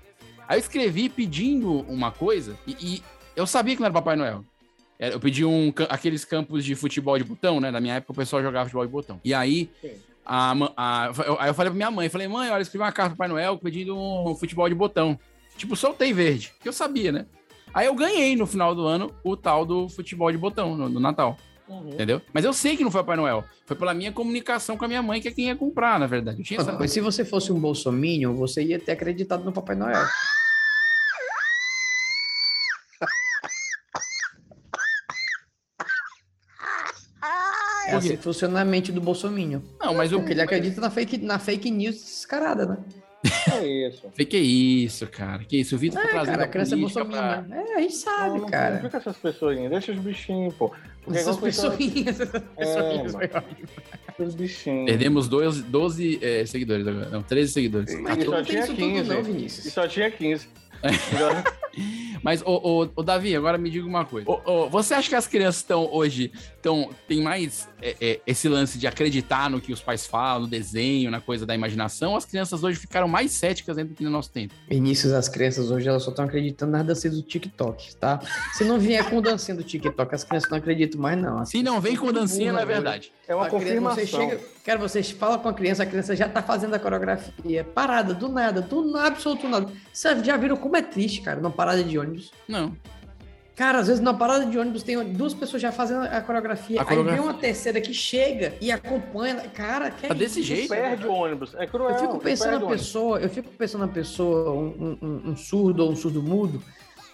Aí eu escrevi pedindo uma coisa e, e eu sabia que não era Papai Noel. Era- Eu pedi um, ca- aqueles campos de futebol de botão, né? Na minha época o pessoal jogava futebol de botão. E aí a, ma- a- eu- aí eu falei pra minha mãe, falei, mãe, olha, eu escrevi uma carta pro Papai Noel pedindo um futebol de botão. Tipo, soltei verde, que eu sabia, né? Aí eu ganhei no final do ano o tal do futebol de botão, no, no Natal. Entendeu? Mas eu sei que não foi Papai Noel. Foi pela minha comunicação com a minha mãe, que é quem ia comprar, na verdade. Eu tinha essa...
Mas se você fosse um bolsominion, você ia ter acreditado no Papai Noel.
Por
É
quê?
assim que funciona a mente do bolsominion.
Não, mas o
Porque ele acredita na fake, na fake news descarada, né?
É isso.
Falei, que isso, cara? Que isso? O Vitor tá
É,
trazendo
cara, a
a
criança é
política pra-
bolsominion, né? É, a gente
Não,
sabe,
não
cara.
Fica essas pessoinhas, deixa os bichinhos, pô. Porque
Essas
igual pessoa-
pessoinhas,
É,
essas pessoinhas.
mano. Os bichinhos.
Perdemos 12, 12 eh, seguidores agora. Não, 13 seguidores.
Mas
E
tu
só
não tem
tinha
isso tudo
15.
não,
E
Vinícius.
só tinha 15.
Mas, ô, ô, ô, Davi, agora me diga uma coisa. Ô, ô, você acha que as crianças estão hoje, tão, tem mais é, é, esse lance de acreditar no que os pais falam, no desenho, na coisa da imaginação? Ou as crianças hoje ficaram mais céticas ainda do que no nosso tempo?
Vinícius, as crianças hoje elas só estão acreditando nas dancinhas do TikTok, tá? Se não vier com dancinha do TikTok, as crianças não acreditam mais, não. As
Se não vem com
crianças são
dancinha, não é
burras,
verdade.
É uma
A criança-
confirmação.
Tá você chega, cara, você fala com a criança, a criança já tá fazendo a coreografia. é Parada, do nada, do nada, absoluto nada. Vocês já viram como é triste, cara, numa parada de ônibus?
Não.
Cara, às vezes numa parada de ônibus tem duas pessoas já fazendo a coreografia,
A
aí
coreografia.
vem uma terceira que chega e acompanha. Cara, que
Tá
é
desse
isso,
jeito?
cara?
Perde o ônibus. É cruel.
Eu fico pensando
perde
na
o ônibus.
pessoa, eu fico pensando na pessoa, um, um- um surdo ou um surdo mudo,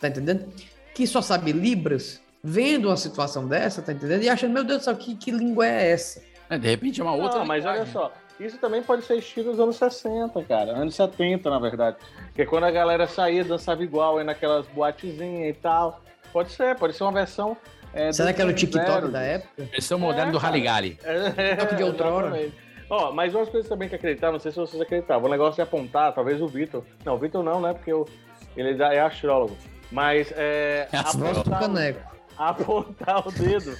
tá entendendo? Que só sabe Libras, vendo uma situação dessa, tá entendendo? E achando, meu Deus do céu, que, que língua é essa?
É, de repente é uma outra.
Não, mas olha
linguagem.
só. Isso também pode ser estilo dos anos 60, cara. Anos 70, na verdade. Que é quando a galera saía, dançava igual, aí naquelas boatezinhas e tal. Pode ser, pode ser uma versão. é,
Será
do
que era o
Tim Zero,
TikTok da época?
Versão moderna do Haligali.
É,
de outrora.
exatamente. Ó, mas umas coisas também que acreditavam, não sei se vocês acreditavam, o negócio de apontar, talvez o Vitor. Não, o Vitor não, né? Porque eu, ele é astrólogo. Mas é,
É astrólogo.
Voz do
apontar,
um
caneco.
apontar o dedo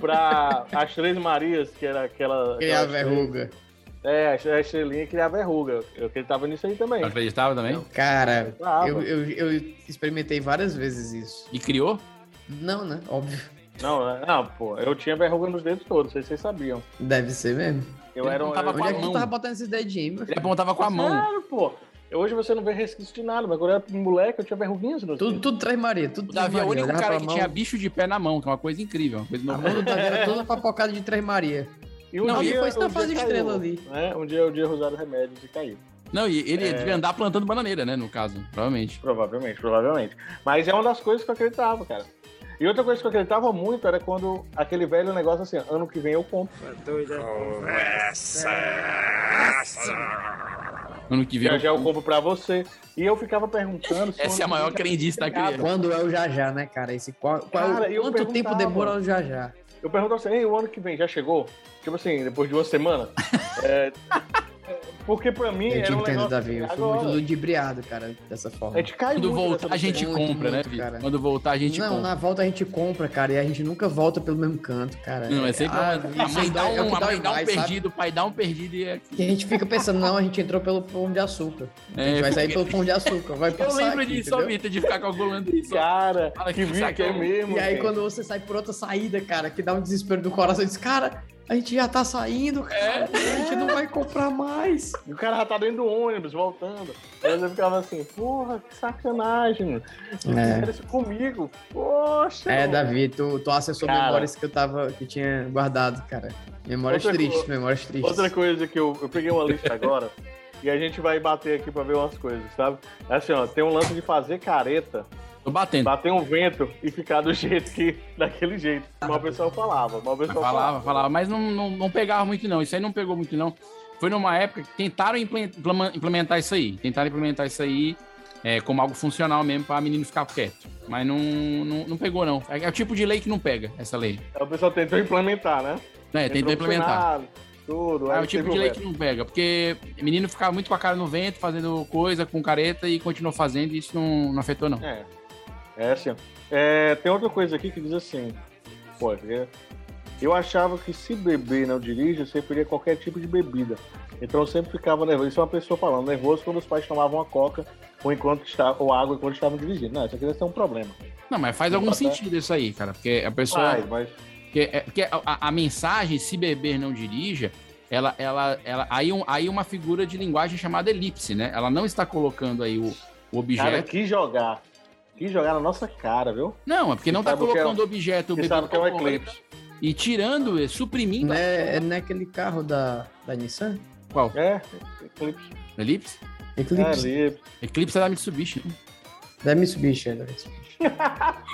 para as Três Marias, que era aquela.
Criar
aquela-
verruga.
É, a estrelinha criar verruga. Eu acreditava nisso aí também.
Não acreditava também?
Cara,
Brava.
eu, eu, eu experimentei várias vezes isso.
E criou?
Não, né? Óbvio.
Não, é- não, pô, eu tinha verruga nos dedos todos, não sei se vocês sabiam.
Deve ser mesmo.
Eu
Ele
era um.
apontava
eu-
Tá Com a
Onde é que tu
mão.
tava botando essa ideia de aí, meu
Ele
filho?
apontava com a mão.
Claro, pô. Hoje você não vê resquício de nada, mas quando eu era moleque, eu tinha verruguinhas nos
Tudo,
dedos.
tudo traz Maria, tudo
O
traz
Davi é
Maria.
o único
Olhava
cara
pra
que
mão,
tinha bicho de pé na mão, que é uma coisa incrível, uma coisa
A
nova.
mão do Davi era toda papocada de três Maria.
E um
Não,
dia,
e foi isso
um
na
dia
fase
caiu,
tá estrela ali.
Né? Um dia, um dia usaram remédios e caiu.
Não, e ele devia andar plantando bananeira, né? No caso, provavelmente.
Provavelmente, provavelmente. Mas é uma das coisas que eu acreditava, cara. E outra coisa que eu acreditava muito era quando aquele velho negócio assim, ano que vem eu compro.
Ano que vem.
Já já eu compro pra você. E eu ficava perguntando. se
Essa é a
ano
maior
que vem
crendice da
chegava.
criança.
Quando é o já já, né, cara? Esse qual, qual-
Cara, eu
quanto tempo
perguntava.
demora o já já?
Eu perguntava assim, ei, o ano que vem já chegou? Tipo assim, depois de uma semana. É, é, Porque pra mim
Eu te
era um
entendo,
negócio...
Davi. Eu fui
Agora, É tipo,
muito ludibriado, cara, dessa forma.
A gente cai
Quando
muito
voltar,
nessa-
a gente
Muito,
compra, né,
muito,
Vitor?
cara.
Quando voltar, a gente
não,
compra.
na volta a gente compra, cara, e a gente nunca volta pelo mesmo canto, cara.
Não, é sempre
Ah,
uma, a
isso
mãe dá
dói- é o
um,
que
a
dói
mãe dá um
mais, sabe?
perdido, o pai dá um perdido e é...
Que a gente fica pensando, não, a gente entrou pelo pão de açúcar. A gente
É,
vai sair pelo pão de açúcar, vai
Eu
passar
lembro
aqui,
disso, ó,
entendeu?
Vitor, de ficar calculando isso. ó.
Cara,
Fala
que
que um-
vídeo é
sacão.
mesmo,
E aí
velho?
quando você sai por outra saída, cara, que dá um desespero do coração, diz, cara, a gente já tá saindo,
É.
cara, a gente não vai comprar mais.
O cara já tá dentro do ônibus, voltando. Aí eu ficava assim, porra, que sacanagem.
É.
É. isso comigo. Poxa.
É, Davi, tu, tu acessou
Cara.
memórias que eu tava, que tinha guardado, cara. Memórias
Outra
tristes,
co-
memórias tristes.
Outra coisa que eu, eu peguei uma lista agora e a gente vai bater aqui pra ver umas coisas, sabe? É assim, ó, tem um lance de fazer careta,
Tô batendo.
bater um vento e ficar do jeito que. daquele jeito. Mal o pessoal falava, mal o pessoal
Falava, falava, mas não, não, não pegava muito, não. Isso aí não pegou muito, não. Foi numa época que tentaram implen- plama- implementar isso aí. Tentaram implementar isso aí é, como algo funcional mesmo pra menino ficar quieto. Mas não, não, não pegou, não. É, é o tipo de lei que não pega, essa lei.
Aí O pessoal tentou implementar, né?
É, tentou
Entrou no
implementar.
Senado, Tudo.
Ah,
Aí
É o tipo
teve um
de lei
veto.
que não pega, porque menino ficava muito com a cara no vento, fazendo coisa com careta e continuou fazendo, e isso não, não afetou, não.
É. É assim. ó. É, tem outra coisa aqui que diz assim. Pô, é, eu achava que se beber não dirige, você pedia qualquer tipo de bebida. Então eu sempre ficava nervoso. Isso é uma pessoa falando, nervoso quando os pais tomavam a coca ou, enquanto está, ou água enquanto estavam dirigindo. Não, isso aqui deve ser um problema.
Não, mas faz algum
Até-
sentido isso é aí, cara, porque a pessoa.
Ai, mas
Porque, é- porque a, a- a mensagem, se beber não dirija, ela, ela, ela, aí, um- aí uma figura de linguagem chamada elipse, né? Ela não está colocando aí o, o objeto.
cara, que jogar. Que jogar na nossa cara, viu?
Não, é porque não está
sabe o que é-
colocando o objeto
Você
bebendo
sabe que é um
correta
eclipse.
e tirando, suprimindo
Não é, é naquele carro da, da Nissan?
a- qual?
É, eclipse.
Elipse?
É,
Eclipse.
eclipse.
Eclipse é da Mitsubishi. né?
da Mitsubishi, é da Mitsubishi.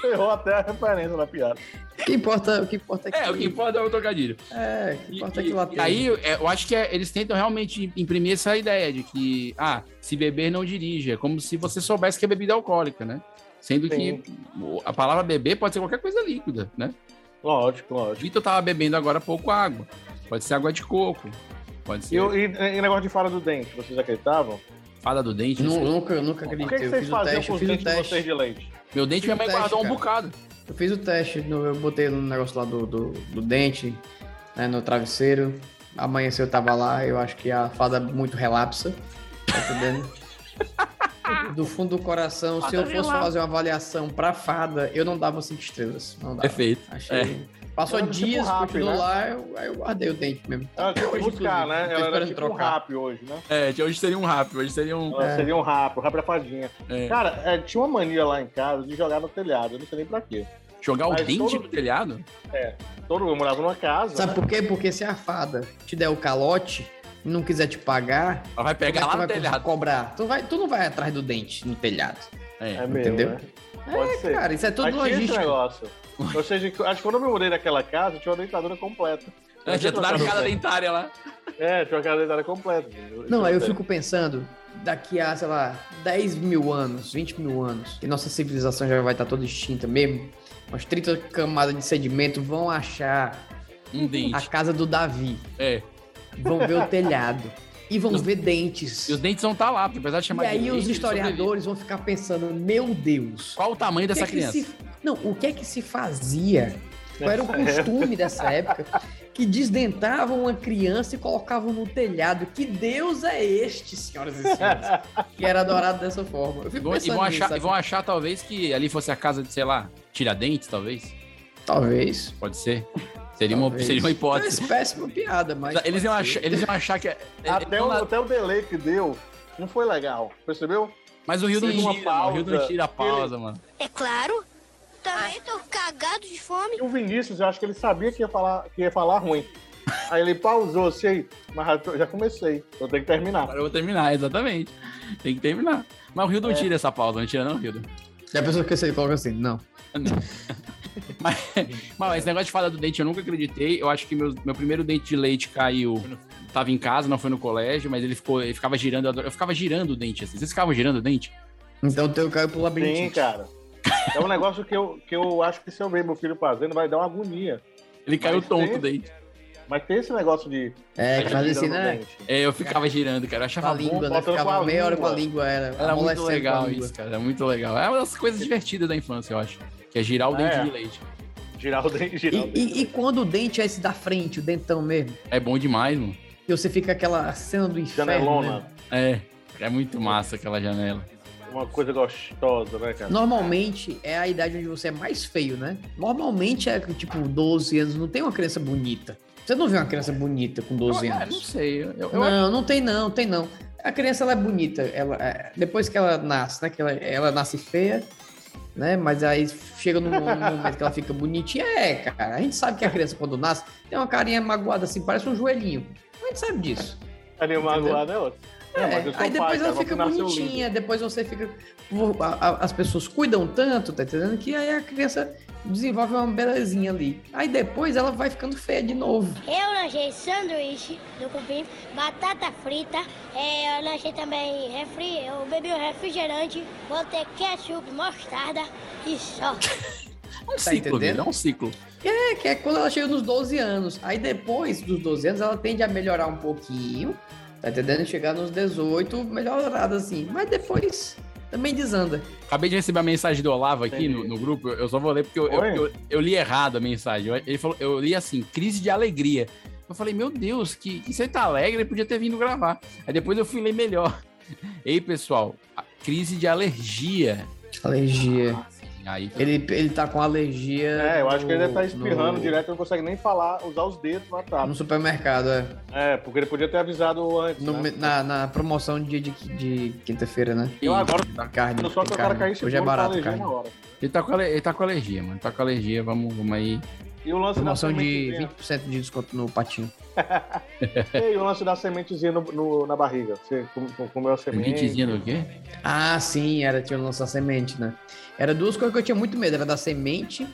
Errou até a referência na piada.
O que importa, o que importa é que...
É, o que importa é o trocadilho.
É, o que
E-
importa é
e-
que lá
e
tem.
aí, é, eu acho que é, eles tentam realmente imprimir essa ideia de que, ah, se beber não dirige. É como se você soubesse que é bebida alcoólica, né? Sendo
Sim.
que o- a palavra beber pode ser qualquer coisa líquida, né?
Lógico,
O
lógico.
Vitor tava bebendo agora há pouco água. Pode ser água de coco. Pode ser
E, o- e, e negócio de fala do dente, vocês acreditavam?
fada do dente. não
Nu-
sei.
Nunca, nunca
O
acreditei.
que, que
eu
vocês
fiz o é
faziam
teste,
com
eu
os
fiz o
dentes de
teste.
vocês de leite?
Meu dente, minha mãe
Teste,
guardou um
cara.
bocado.
Eu fiz o teste, no- eu botei no negócio lá do, do, do dente, né, no travesseiro. Amanheceu, eu tava lá, eu acho que a fada muito relapsa. Tá entendendo? Do fundo do coração, se eu fosse fazer uma avaliação pra fada, eu não dava cinco estrelas. Não dava.
Perfeito. É.
Achei.
Ela
Passou
era tipo
dias,
rap,
continuou
né? Tá,
lá, eu, aí eu guardei o dente mesmo.
Ela tinha que
Hoje,
buscar,
inclusive,
né?
tô
Ela era
esperando
tipo um
trocar. É.
rap hoje, né?
É, de hoje seria um rap, hoje seria um.
Ela seria um rap, um rap da fadinha.
é,
Tá,
Cara, é, tinha uma mania lá em casa de jogar no telhado, eu não sei nem pra quê.
jogar o
mas
dente
todo-
no telhado?
Todo mundo morava numa casa.
Sabe por quê? Porque se a fada te der o calote e não quiser te pagar,
Ela vai
como é que
pegar lá
tu
no
vai
telhado.
cobrar? Tu, vai, tu não vai atrás do dente no telhado.
É.
É mesmo,
Entendeu?
né? Pode
é,
ser.
cara, isso é tudo
Mas tinha esse
logística.
negócio. Ou seja, que- acho que quando eu me mudei daquela casa, tinha uma dentadura completa.
É, já tomaram cada dentária lá.
É, tinha uma casa dentária completa.
Não, aí eu fico pensando, daqui a, sei lá, 10 mil anos, 20 mil anos, e nossa civilização já vai estar toda extinta mesmo, umas 30 camadas de sedimento vão achar
Um dente.
a casa do Davi,
É.
vão ver o telhado, e vão
Os-
ver dentes. é
E os dentes vão estar lá, porque apesar de chamar
E aí
de
os
dente, eles sobrevivem.
historiadores vão ficar pensando, meu Deus,
Qual o tamanho
o que
dessa
é que
criança?
se- Não, o que é que se fazia? Qual era o costume dessa época que desdentavam uma criança e colocavam no telhado? Que Deus é este, senhoras e senhores? Que era adorado dessa forma. Eu
E
fico
vão, e
pensando
vão
nisso,
achar,
sabe?
e vão achar, talvez, que ali fosse a casa de, sei lá, Tiradentes, talvez?
Talvez.
Pode ser. Seria, uma,
Talvez.
seria uma
É
hipótese.
uma péssima piada, mas.
Eles iam,
pode ser.
achar, eles iam achar que. é,
Até
eles
o,
iam lá-
até o delay que deu, não foi legal, percebeu?
Mas o Rio não
Sim, uma
tira, mano. O Rio
pausa.
não tira a pausa, mano.
É claro. Também tô cagado de fome.
E o Vinícius, eu acho que ele sabia que ia falar, que ia falar ruim. Aí ele pausou, sei, mas já tô- já comecei, eu tenho que terminar.
Agora eu vou terminar, exatamente. Tem que terminar. Mas o Rio não tira essa pausa, não tira, não, Rio.
Já pensou que você coloca assim? Não.
Mas, mas esse negócio de falar do dente eu nunca acreditei. Eu acho que meu, meu primeiro dente de leite caiu. Tava em casa, não foi no colégio, mas ele ficou, ele ficava girando. Eu, adoro- eu ficava girando o dente assim. Vocês ficavam girando o dente?
Então o teu caiu pro labirinto.
Sim, cara. É um negócio que eu, que eu acho que se eu ver meu filho fazendo, vai dar uma agonia.
Ele caiu
Mas
tonto o
tem-
dente.
Mas tem esse negócio de.
É, que
de
faz
tirar
assim,
no
né?
dente.
É, eu ficava girando, cara. Eu achava
Com a língua,
bom.
né?
botando
Ficava
com a
meia hora com a
língua.
língua, era.
Era muito
amolecendo com
legal
a língua.
isso, cara. Era muito legal. É uma das coisas divertidas da infância, eu acho. Que é girar o
Ah,
dente
é?
de leite.
Girar o dente. Girar o
E,
dente.
e- e quando o dente é esse da frente, o dentão mesmo,
É bom demais, mano.
e você fica aquela cena do inferno.
Janelona.
né?
É. É muito massa aquela janela.
Uma coisa gostosa, né, cara?
Normalmente é a idade onde você é mais feio, né? Normalmente é tipo 12 anos, não tem uma criança bonita. Você não vê uma criança bonita com 12
Eu- eu
anos.
Não sei. Eu, eu- eu-
Não, não tem não, tem não. A criança ela é bonita, ela é- depois que ela nasce, né? Que ela, ela nasce feia, né? Mas aí chega num momento que ela fica bonitinha, é, cara. A gente sabe que a criança quando nasce tem uma carinha magoada assim, parece um joelhinho. A gente sabe disso.
Estaria magoado, né, outro? É,
É,
mas eu sou
aí depois
pai, cara,
ela
vou
fica
assinar seu
bonitinha, depois você fica. vo- a- a- As pessoas cuidam tanto, tá entendendo? Que aí a criança desenvolve uma belezinha ali. Aí depois ela vai ficando feia de novo.
Eu lanchei sanduíche do cupim, batata frita, é, eu lanchei também refri, eu bebi um refrigerante, botei ketchup, mostarda e
é
só.
um ciclo,
tá entendendo?
velho. É um ciclo.
É, que é quando ela chega nos 12 anos. Aí depois dos 12 anos ela tende a melhorar um pouquinho, tá entendendo? Chegar nos 18, melhorada assim. Mas depois também desanda.
Acabei de receber a mensagem do Olavo aqui
Entendi.
no, no grupo. Eu eu só vou ler porque eu, eu,
Oi?
eu- eu li errado a mensagem. Eu- Ele falou, eu li assim, crise de alegria. Eu falei, meu Deus, que, que você tá alegre, podia ter vindo gravar. Aí depois eu fui ler melhor. Ei, pessoal, a crise de alergia.
Alergia.
Aí
Ele, ele tá com alergia.
É, eu acho que ele deve
no-
estar espirrando
no-
direto, não consegue nem falar, usar os dedos lá atrás.
No supermercado, é.
É, porque ele podia ter avisado antes.
No-
né?
na, na promoção de, de, de quinta-feira, né?
Eu
agora-
Da carne.
Só que
tem
o cara
carne.
caísse
Hoje é
fora,
barato,
calejou
carne.
tá na hora.
ele tá, com ale- ele tá com alergia, mano. Tá com alergia, vamos, vamos aí.
E o lance da
Promoção de
sementezinha.
20% de desconto no patinho.
E o lance da sementezinha no- no- na barriga. Você com- com- comeu a semente.
Sementezinha Um do quê?
Ah, sim, era tinha nossa semente, né? Era duas coisas que eu tinha muito medo, era da semente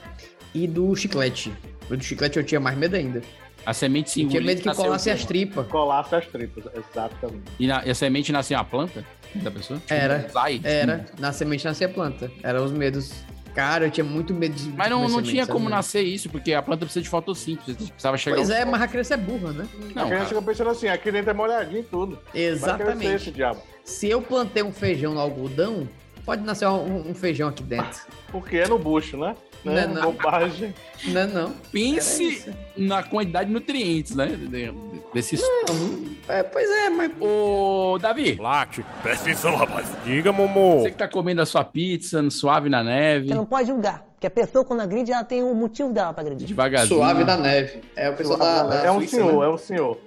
e do chiclete. O do chiclete eu tinha mais medo ainda.
A semente se
Eu tinha
engolir,
medo que
nasceu
colasse
o quê,
as
mano?
tripas.
Colasse as tripas, exatamente.
E, na- e a semente nasceu a planta da pessoa? Tipo,
Era,
Sai.
Era, na semente nascia planta. Eram os medos. Cara, eu tinha muito medo de.
Mas não,
de comer
não
semente,
tinha
sabe,
como
né?
nascer isso, porque a planta precisa de fotossíntese. Precisava chegar.
Pois
ao-
é, mas a criança é burra, né?
Não,
a
cara.
criança fica pensando assim, aqui dentro é molhadinho e tudo. Vai crescer
Exatamente.
esse diabo.
Se eu plantei um feijão no algodão, pode nascer um, um feijão aqui dentro.
Porque é no bucho, né?
Não
né?
é não.
Bobagem.
Não é não? Era
Pense
isso.
na quantidade de nutrientes, né? de- de- Desses.
Não, é, pois é, mas...
Ô, Davi,
Lácteo. Presta atenção, rapaz. Diga, Momô.
você que tá comendo a sua pizza no suave na neve,
Você não pode julgar, porque a pessoa quando agride, ela tem o motivo dela para agredir.
devagarzinho.
Suave da neve. É o pessoal da, da
é um
Suíça,
senhor,
né?
é um senhor.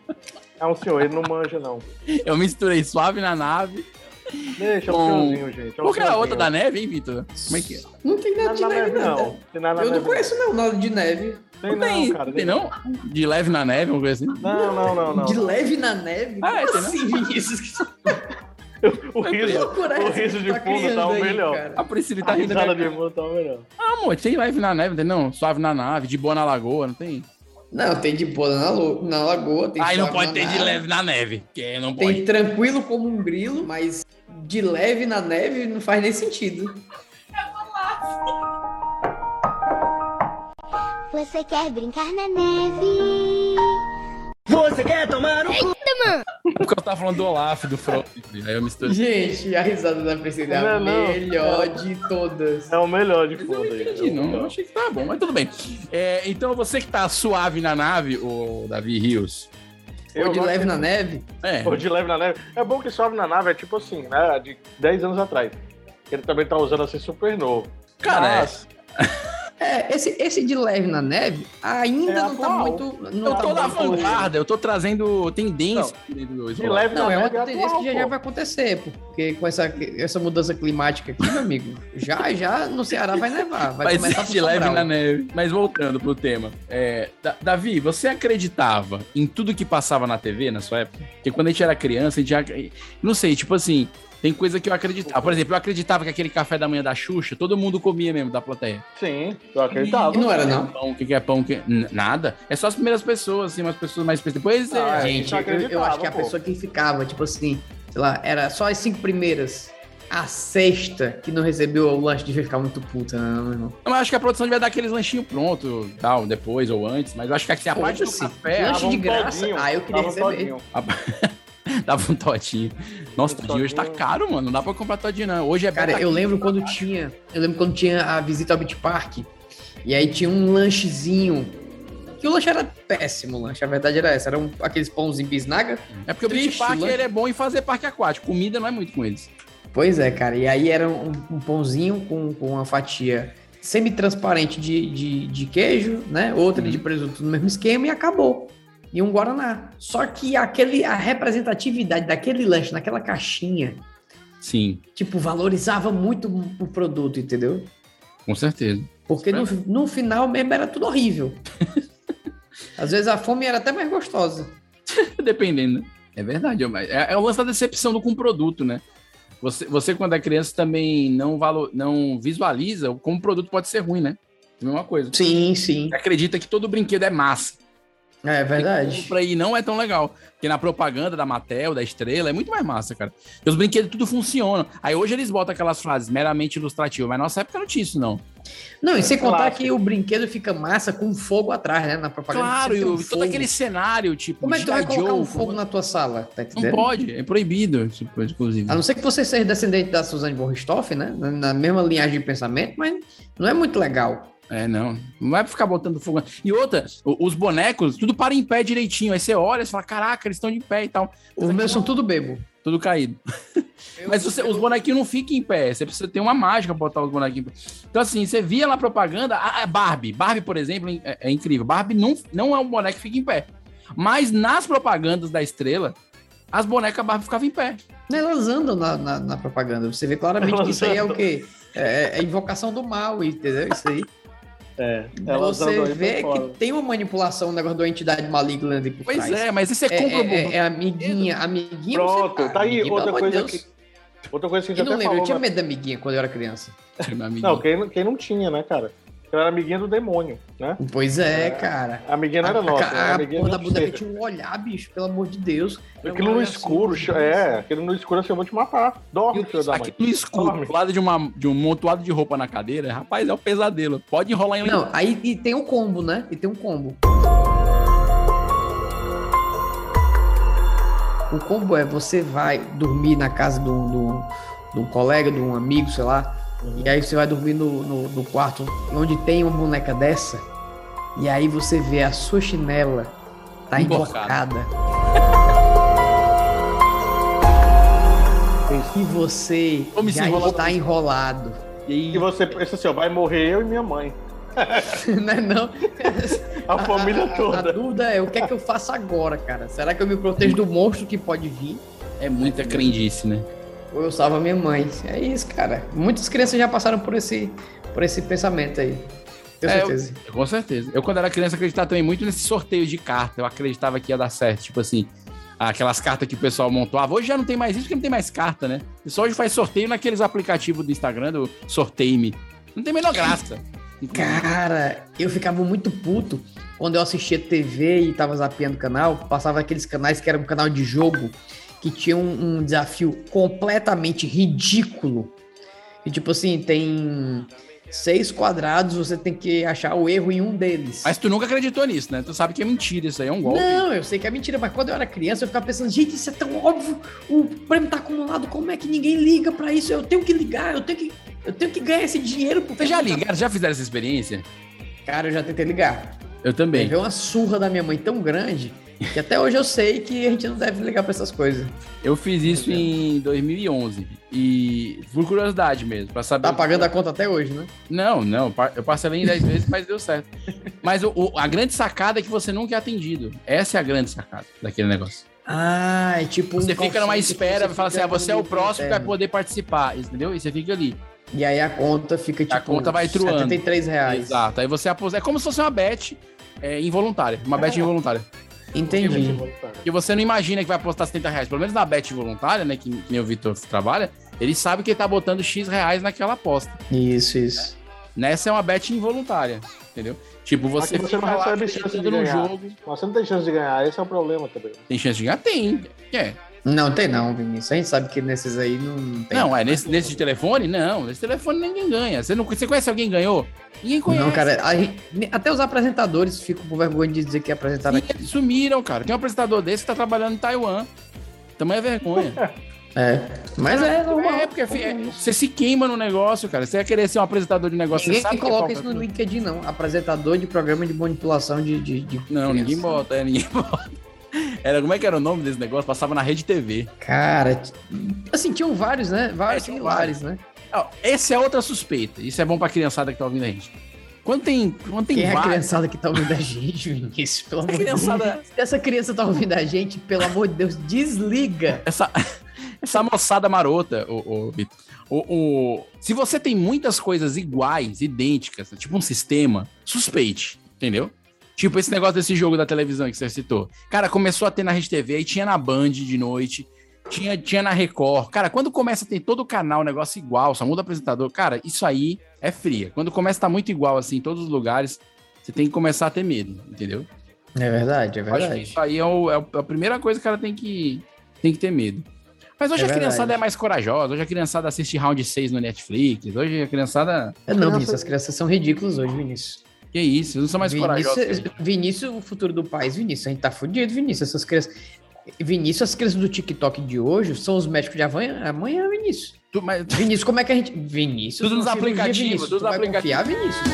É um senhor, ele não manja, não.
Eu misturei suave na nave.
Deixa o
Bom,
senhorzinho, gente. é um
Qual que era a outra
senhorzinho.
da neve, hein, Vitor? Como é que é?
Não tem nada
Nada
de
na
neve,
neve,
não.
não. Tem nada na
Eu não
neve,
conheço, não, nada de neve.
Tem
tem,
não, cara.
tem não? De leve na neve, alguma coisa assim?
Não, não, não, não.
De leve na neve?
Ah, é,
Como
tem
assim, Vinícius?
O riso,
loucura
o
essa
riso
que
de
tá
fundo
criando
tá o
aí,
melhor.
cara?
A Priscila
A
tá rindo.
risada
né?
de fundo tá o melhor.
Ah, amor, tem leve na neve, não tem não? Suave na nave, de boa na lagoa, não tem?
Não, tem de boa na, lo- na lagoa. Tem
Aí não
suave
pode
na
ter de
nave,
leve na neve. Que não pode.
Tem tranquilo como um grilo, mas de leve na neve não faz nem sentido.
Você quer brincar na neve?
Você quer tomar no cu?
Porque eu tava falando do Olaf, do Frodo. Aí eu misturei.
Gente, a risada da Priscila é a
Não, não.
melhor de todas.
É o melhor de
Mas eu
fundo
não
aí. né?
entendi, não. Eu achei que tava bom, mas tudo bem. É, então você que tá suave na nave, o Davi Rios.
Eu
Ou de
gosto
leve na neve?
É.
Ou de leve na neve. É bom que sobe na nave, é tipo assim, né? De 10 anos atrás. Ele também tá usando assim super novo.
Cara, é,
Mas,
É, esse, esse de leve na neve ainda
É
não tá
atual.
muito. Não
eu
tá
tô na
muito-
vanguarda, eu tô trazendo tendência. do
de leve
Não,
na
é uma
neve.
tendência
atual,
que já, já
pô.
vai acontecer, porque com essa, essa mudança climática aqui, meu amigo, já já no Ceará vai nevar. Vai
Mas
começar
é
por
de leve
Sobral.
na neve. Mas voltando pro tema. é, Da- Davi, você acreditava em tudo que passava na TV na sua época? Porque quando a gente era criança, a gente já. Não sei, tipo assim, tem coisa que eu acreditava. Por exemplo, eu acreditava que aquele café da manhã da Xuxa, todo mundo comia mesmo da plateia.
Sim, eu acreditava.
E não era, não.
Pão, o que, que é pão? o Que... N- Nada. É só as primeiras pessoas, assim, umas pessoas mais. Depois é,
Ah,
Gente,
eu
eu, eu acho que a
acreditava, pô.
pessoa que ficava, tipo assim, sei lá, era só as cinco primeiras. A sexta que não recebeu o lanche devia ficar muito puta, né, meu irmão?
Não, mas acho que a produção devia dar aqueles lanchinhos pronto, tal, depois ou antes, mas eu acho que aqui a parte do
Foda-se.
café.
Lanche
dava
de
um
graça? Ah, eu queria
dava um
receber.
todinho. A- dava um todinho. Nossa, todinho hoje tá caro, mano. Não dá pra comprar todinho, não. Hoje é
Um Cara,
beta
eu
quinze.
lembro quando tinha. Eu lembro quando tinha a visita ao Beach Park. E aí tinha um lanchezinho. Que o lanche era péssimo, o lanche. A verdade era essa. Era um- aqueles pãozinhos bisnaga.
É porque o Beach Park
né?
ele é bom em fazer parque aquático. Comida não é muito com eles.
Pois é, cara. E aí era um, um pãozinho com, com uma fatia semi-transparente de, de, de queijo, né? Outra de presunto no mesmo esquema e acabou. E um Guaraná. Só que aquele, a representatividade daquele lanche, naquela caixinha,
Sim,
tipo, valorizava muito o produto, entendeu?
com certeza.
Porque no, no final mesmo era tudo horrível. Às vezes a fome era até mais gostosa.
Dependendo, né? É verdade. é- É, é o lance da decepção do, com o produto, né? Você, você, quando é criança, também não, valo, não visualiza como o produto pode ser ruim, né? É a mesma coisa.
Sim, sim.
acredita que todo brinquedo é massa.
É
verdade. Compra aí não é tão legal. Porque na propaganda da Mattel, da Estrela, é muito mais massa, cara. E os brinquedos tudo funcionam. Aí hoje eles botam aquelas frases meramente ilustrativas, mas na nossa época não tinha isso, não.
Não, e sem contar que o brinquedo fica massa com fogo atrás, né? Na propaganda.
Claro,
Sempre
e
tem um
o- todo
fogo.
aquele cenário, tipo,
Como é que tu vai
G.I.
colocar um
Joe,
fogo na tua sala? Tá
Não
entendendo?
pode, é proibido, tipo, inclusive.
A não ser que você seja descendente da Suzanne von Richthofen, né? Na- Na mesma linhagem de pensamento, mas não é muito legal.
É, não. Não vai ficar botando fogo. E outra, o- os bonecos, tudo para em pé direitinho. Aí você olha e fala: caraca, eles estão de pé e tal.
Os meus são tudo bebo.
Tudo caído. Mas você- os bonequinhos não ficam em pé. Você precisa ter uma mágica pra botar os bonequinhos em pé. Então, assim, você via na propaganda a, a Barbie. Barbie, por exemplo, é, é incrível. Barbie não, não é um boneco que fica em pé. Mas nas propagandas da estrela, as bonecas Barbie ficavam em pé.
Elas andam na, na, na propaganda. Você vê claramente que isso aí é o quê? É, é invocação do mal, entendeu? Isso aí.
É, elas
Você
andam aí
vê
por fora.
que tem uma manipulação, um negócio de uma entidade maligna ali por
Pois
trás.
é, mas isso é compra-
É, é, é amiguinha, amiguinha.
Pronto,
você paga,
tá aí
amiguinha,
outra
pelo amor
coisa
de Deus.
que- Outra coisa que a
Eu
gente
não
até
lembro, eu
falou,
tinha
né?
medo da amiguinha quando eu era criança.
Não, quem, não- quem não tinha, né, cara? Ela era amiguinha do demônio, né?
Pois é, cara.
A amiguinha não era
A- a-
nossa. né?
A,
A, amiguinha
porra da
da
boneca tinha um olhar, bicho, pelo amor de Deus. Era um
Aquilo no
olhar
escuro,
assim,
é, aquilo no escuro assim, eu vou te matar. Dorme, filho da é mãe.
Aqui no escuro, do lado de, uma, de um montoado de roupa na cadeira, rapaz, é um pesadelo. Pode enrolar em
Não, aí e tem o combo, né? E tem um combo. O combo é você vai dormir na casa de um, de um- de um colega, de um amigo, sei lá. E aí você vai dormir no, no, no quarto onde tem uma boneca dessa. E aí você vê a sua chinela tá
Emborcada.
emborcada. e você
Como se
já
enrola-
está enrolado.
E você pensa assim, ó, vai morrer eu e minha mãe.
Não é não?
A família toda.
A dúvida é o que é que eu faço agora, cara? Será que eu me protejo do monstro que pode vir?
É muita crendice, né?
Ou eu salvo a minha mãe? É isso, cara. Muitas crianças já passaram por esse, por esse pensamento aí. Tenho
É, eu-
certeza.
com certeza. Eu, quando era criança, acreditava também muito nesse sorteio de carta. Eu acreditava que ia dar certo. Tipo assim, aquelas cartas que o pessoal montava. Hoje já não tem mais isso, porque não tem mais carta, né? O pessoal hoje faz sorteio naqueles aplicativos do Instagram, do Sorteio-me. Não tem a menor graça. Então,
Cara, eu ficava muito puto quando eu assistia TV e tava zapeando o canal, passava aqueles canais que era um canal de jogo que tinha um, um desafio completamente ridículo. E tipo assim, tem seis quadrados, você tem que achar o erro em um deles.
Mas tu nunca acreditou nisso, né? Tu sabe que é mentira isso aí, é um golpe.
Não, eu sei que é mentira, mas quando eu era criança eu ficava pensando, gente, isso é tão óbvio, o prêmio tá acumulado, como é que ninguém liga pra isso? Eu tenho que ligar, eu tenho que, eu tenho que ganhar esse dinheiro. porque
Vocês já
não tá-
ligaram? Já fizeram essa experiência?
Cara, eu já tentei ligar.
Eu também.
Teve uma surra da minha mãe tão grande que até hoje eu sei que a gente não deve ligar pra essas coisas.
Eu fiz isso em 2011. E por curiosidade mesmo, pra saber.
Tá pagando a conta até hoje, né?
Não, não, par- eu parcelei em 10 vezes, mas deu certo. Mas o- o- a grande sacada é que você nunca é atendido. Essa é a grande sacada daquele negócio.
Ah, é tipo. um
Você fica numa
call center,
espera, fala assim,
fica
ah, você é o
no
próximo que vai
interno.
poder participar, entendeu? E você fica ali.
E aí a conta fica tipo.
a conta vai truando.
73 reais.
Exato, aí você aposenta. É como se fosse uma bet é, involuntária, uma bet involuntária.
Entendi.
E você não imagina que vai apostar 70 reais. Pelo menos na bet voluntária, né, que, que nem o Vitor trabalha, ele sabe que ele tá botando X reais naquela aposta.
Isso, isso.
Nessa é uma bet involuntária, entendeu? Tipo, você,
Aqui você não
fica lá
recebe chance de
acreditando no
ganhar.
jogo.
Mas Você não tem chance de ganhar, esse é o problema também.
Tem chance de ganhar? Tem. É.
Não tem não, Vinícius. A gente sabe que nesses aí não tem.
Não, é nesse, nesse de telefone? Não, nesse telefone ninguém ganha. Você, não, você conhece alguém que ganhou? Ninguém conhece.
Não, cara, a gente- ne- até os apresentadores ficam com vergonha de dizer que é apresentaram
E eles sumiram, cara. Tem um apresentador desse que tá trabalhando em Taiwan. Também é vergonha.
É. Mas é, normal.
É, porque é, você se queima no negócio, cara. Você ia querer ser um apresentador de negócio,
Ninguém
você sabe que é
coloca
pau
isso
pra
no
tudo.
LinkedIn, não. Apresentador de programa de manipulação de. de, de
Não,
criança.
ninguém bota, é, ninguém bota. Era, como é que era o nome desse negócio? Passava na rede TV.
Cara, assim, tinham vários,
É,
né? Vários similares, né?
Ó, Essa é outra suspeita. Isso é bom pra criançada que tá ouvindo a gente. Quando tem, quando tem
Quem é a
vários-
criançada que tá ouvindo a gente, Vinícius? Pelo amor de
criançada-
Deus. Se essa criança tá ouvindo a gente, pelo amor de Deus, desliga.
essa, essa moçada marota, o, Vitor. O, o- se você tem muitas coisas iguais, idênticas, tipo um sistema, suspeite, entendeu? Tipo esse negócio desse jogo da televisão que você citou. Cara, começou a ter na Rede TV, aí tinha na Band de noite, tinha, tinha na Record. Cara, quando começa a ter todo o canal, um negócio igual, só muda o apresentador. Cara, isso aí é fria. Quando começa a tá muito igual assim em todos os lugares, você tem que começar a ter medo, entendeu?
É verdade, é
Eu Acho que
verdade.
isso aí é, o- é o- a primeira coisa que ela tem que, tem que ter medo. Mas hoje
É
a
verdade.
criançada é mais corajosa, hoje a criançada assiste round 6 no Netflix, hoje a criançada.
É, não, Vinícius, as crianças são ridículas hoje, Vinícius.
Que isso, vocês não são mais
Vinícius,
corajosos.
Vinícius, o futuro do país, Vinícius, a gente tá fudido, Vinícius, essas crianças. Vinícius, as crianças do TikTok de hoje são os médicos de amanhã, amanhã Vinícius.
Tu, mas...
Vinícius, como é que a gente. Vinícius,
Tudo nos
uma cirurgia,
aplicativos,
é Vinícius,
tudo
tu vai
nos
confiar, Vinícius.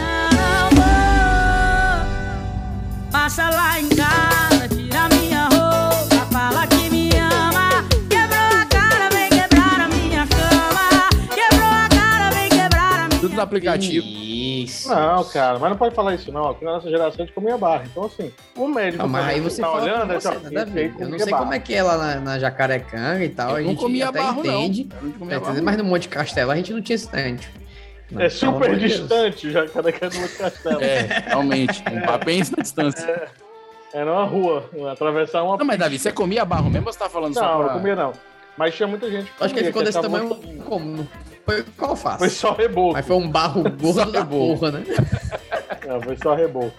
Passa lá em casa, tira minha roupa, fala que me ama. Quebrou a cara, vem quebrar a minha cama. Quebrou a cara, vem quebrar a minha
Tudo no aplicativo.
Isso.
Não, cara, mas não pode falar isso, não. Aqui na nossa geração de comia barra. Então, assim, o médico
Não, Ah, mas aí
tá
você fala
olhando,
com
assim,
você,
ó,
nada a
esse aí
ver. Eu não
comia
sei como
barra.
é que é lá na, na Jacarecanga e tal.
Eu
a
não
gente
comia
até
barro, não.
entende,
Eu não comia
tá
barro,
entendendo? Mas no Monte Castelo a gente não tinha esse tanto.
É super distante, já cada cara do outro castelo.
É, realmente. Um papéis na distância.
É numa rua, atravessar uma.
Não, mas Davi, você comia barro mesmo ou você tá falando só
Não,
pra-
não comia não. Mas tinha muita gente
Acho que ele ficou
comia,
desse
acabou
tamanho como? Não Foi qual face?
é tá Foi só reboco.
Mas foi um barro gordo da
reboco.
porra, né?
Não, foi só reboco.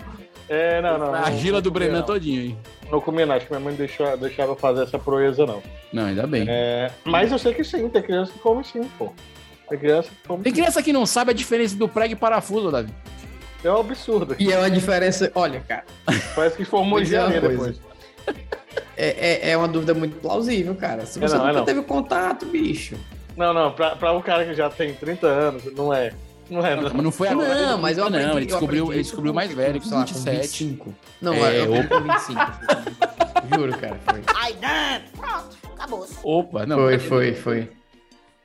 É, não, não.
A
não,
argila
não
do
comia,
Brenan
não.
todinho, hein?
Não comia não, acho que minha mãe deixava, deixava eu fazer essa proeza não.
Não, ainda bem.
É, mas eu sei que sim, tem criança que come sim, pô. Tem criança que come
Tem criança que não sabe a diferença do prego e parafuso, Davi.
É um absurdo.
E é uma diferença. Olha, cara.
Parece que formou
Vou dizer uma
engenharia
coisa.
depois.
É, é, é uma dúvida muito plausível, cara. Se
É
você
não, é
nunca
não.
teve contato, bicho.
Não, não, pra, pra um cara que já tem 30 anos, não é. Não é, não.
Mas não foi agora.
Não, mas eu aprendi-
Não, ele
eu
descobriu,
aprendi
ele
isso
descobriu
com-
mais velho, com
sei lá, com
27.
25. Não,
É,
eu eu com 25. Juro, cara. Foi.
Ai, dentro. Pronto, acabou.
Opa, não.
Foi,
peraí.
foi, foi.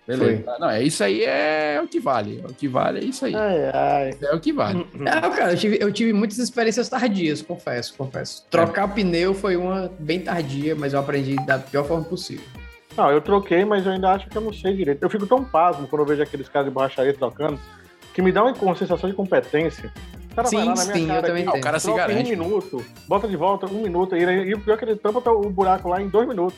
Beleza. Não, é isso aí, é o que vale. É o que vale é isso aí.
Ai, ai.
É o que vale.
Ah, cara, eu tive, eu tive muitas experiências tardias, confesso, confesso.
É.
Trocar pneu foi uma bem tardia, mas eu aprendi da pior forma possível.
Não, eu troquei, mas eu ainda acho que eu não sei direito. Eu fico tão pasmo quando eu vejo aqueles caras de borracharia trocando, que me dá uma com- sensação de competência. O cara vai
Sim,
lá na minha
sim,
cara
eu também
aqui,
tenho.
Ah, O cara se
troca em
garante.
Um minuto, bota de volta um minuto, e, ele- e o pior é que ele tampa tá o buraco lá em dois minutos.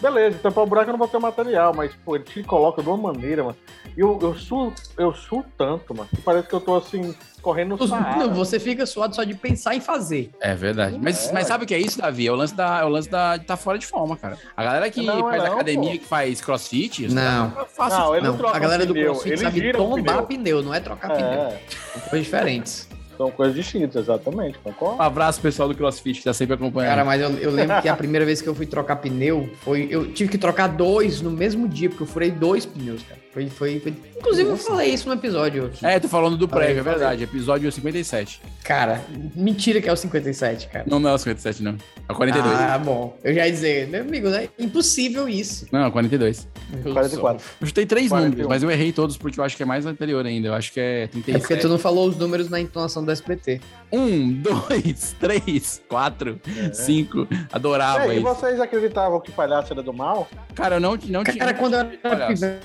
Beleza, tampar o buraco eu não vou ter o material, mas pô, ele te coloca de uma maneira, mano. E eu, eu suo, eu suo tanto, mano, que parece que eu tô assim, correndo no Saara.
Não, você fica suado só de pensar em fazer.
É verdade. Mas, mas sabe o que é isso, Davi? É o lance da, é o lance da de tá fora de forma, cara. A galera que
Não, é
faz
não,
academia,
pô.
que faz crossfit, isso
Não.
é fácil.
Não, ele não,
Não,
troca
a galera
um
do
pneu,
CrossFit
ele
sabe
gira um
tombar
pneu.
pneu. não é trocar pneu.
É,
São coisas diferentes.
são coisas distintas, exatamente, concordo?
Um abraço, pessoal do CrossFit, que tá sempre
É.
acompanhando.
Cara, mas eu, eu lembro que a primeira vez que eu fui trocar pneu foi. Eu tive que trocar dois no mesmo dia, porque eu furei dois pneus, cara. Foi. foi, foi- Inclusive, eu falei isso no episódio. aqui.
É, tô falando do
Falei,
prego, é
falei.
verdade. Episódio 57.
Cara, mentira que é o 57, cara.
Não, não é o 57, não. É o 42.
Ah, bom. Eu já ia dizer, meu amigo, é impossível isso.
Não, é o 42.
Ah, Eu
44.
Eu chutei três
41.
números, mas eu errei todos porque eu acho que é mais anterior ainda. Eu acho que é
É porque
37.
tu não falou os números na entonação do SBT.
Um, dois, três, quatro, cinco.
É,
Adorava
e
isso.
vocês acreditavam que palhaço era do mal?
Cara, eu não, não tinha.
Cara, quando eu era
palhaço.
pivete,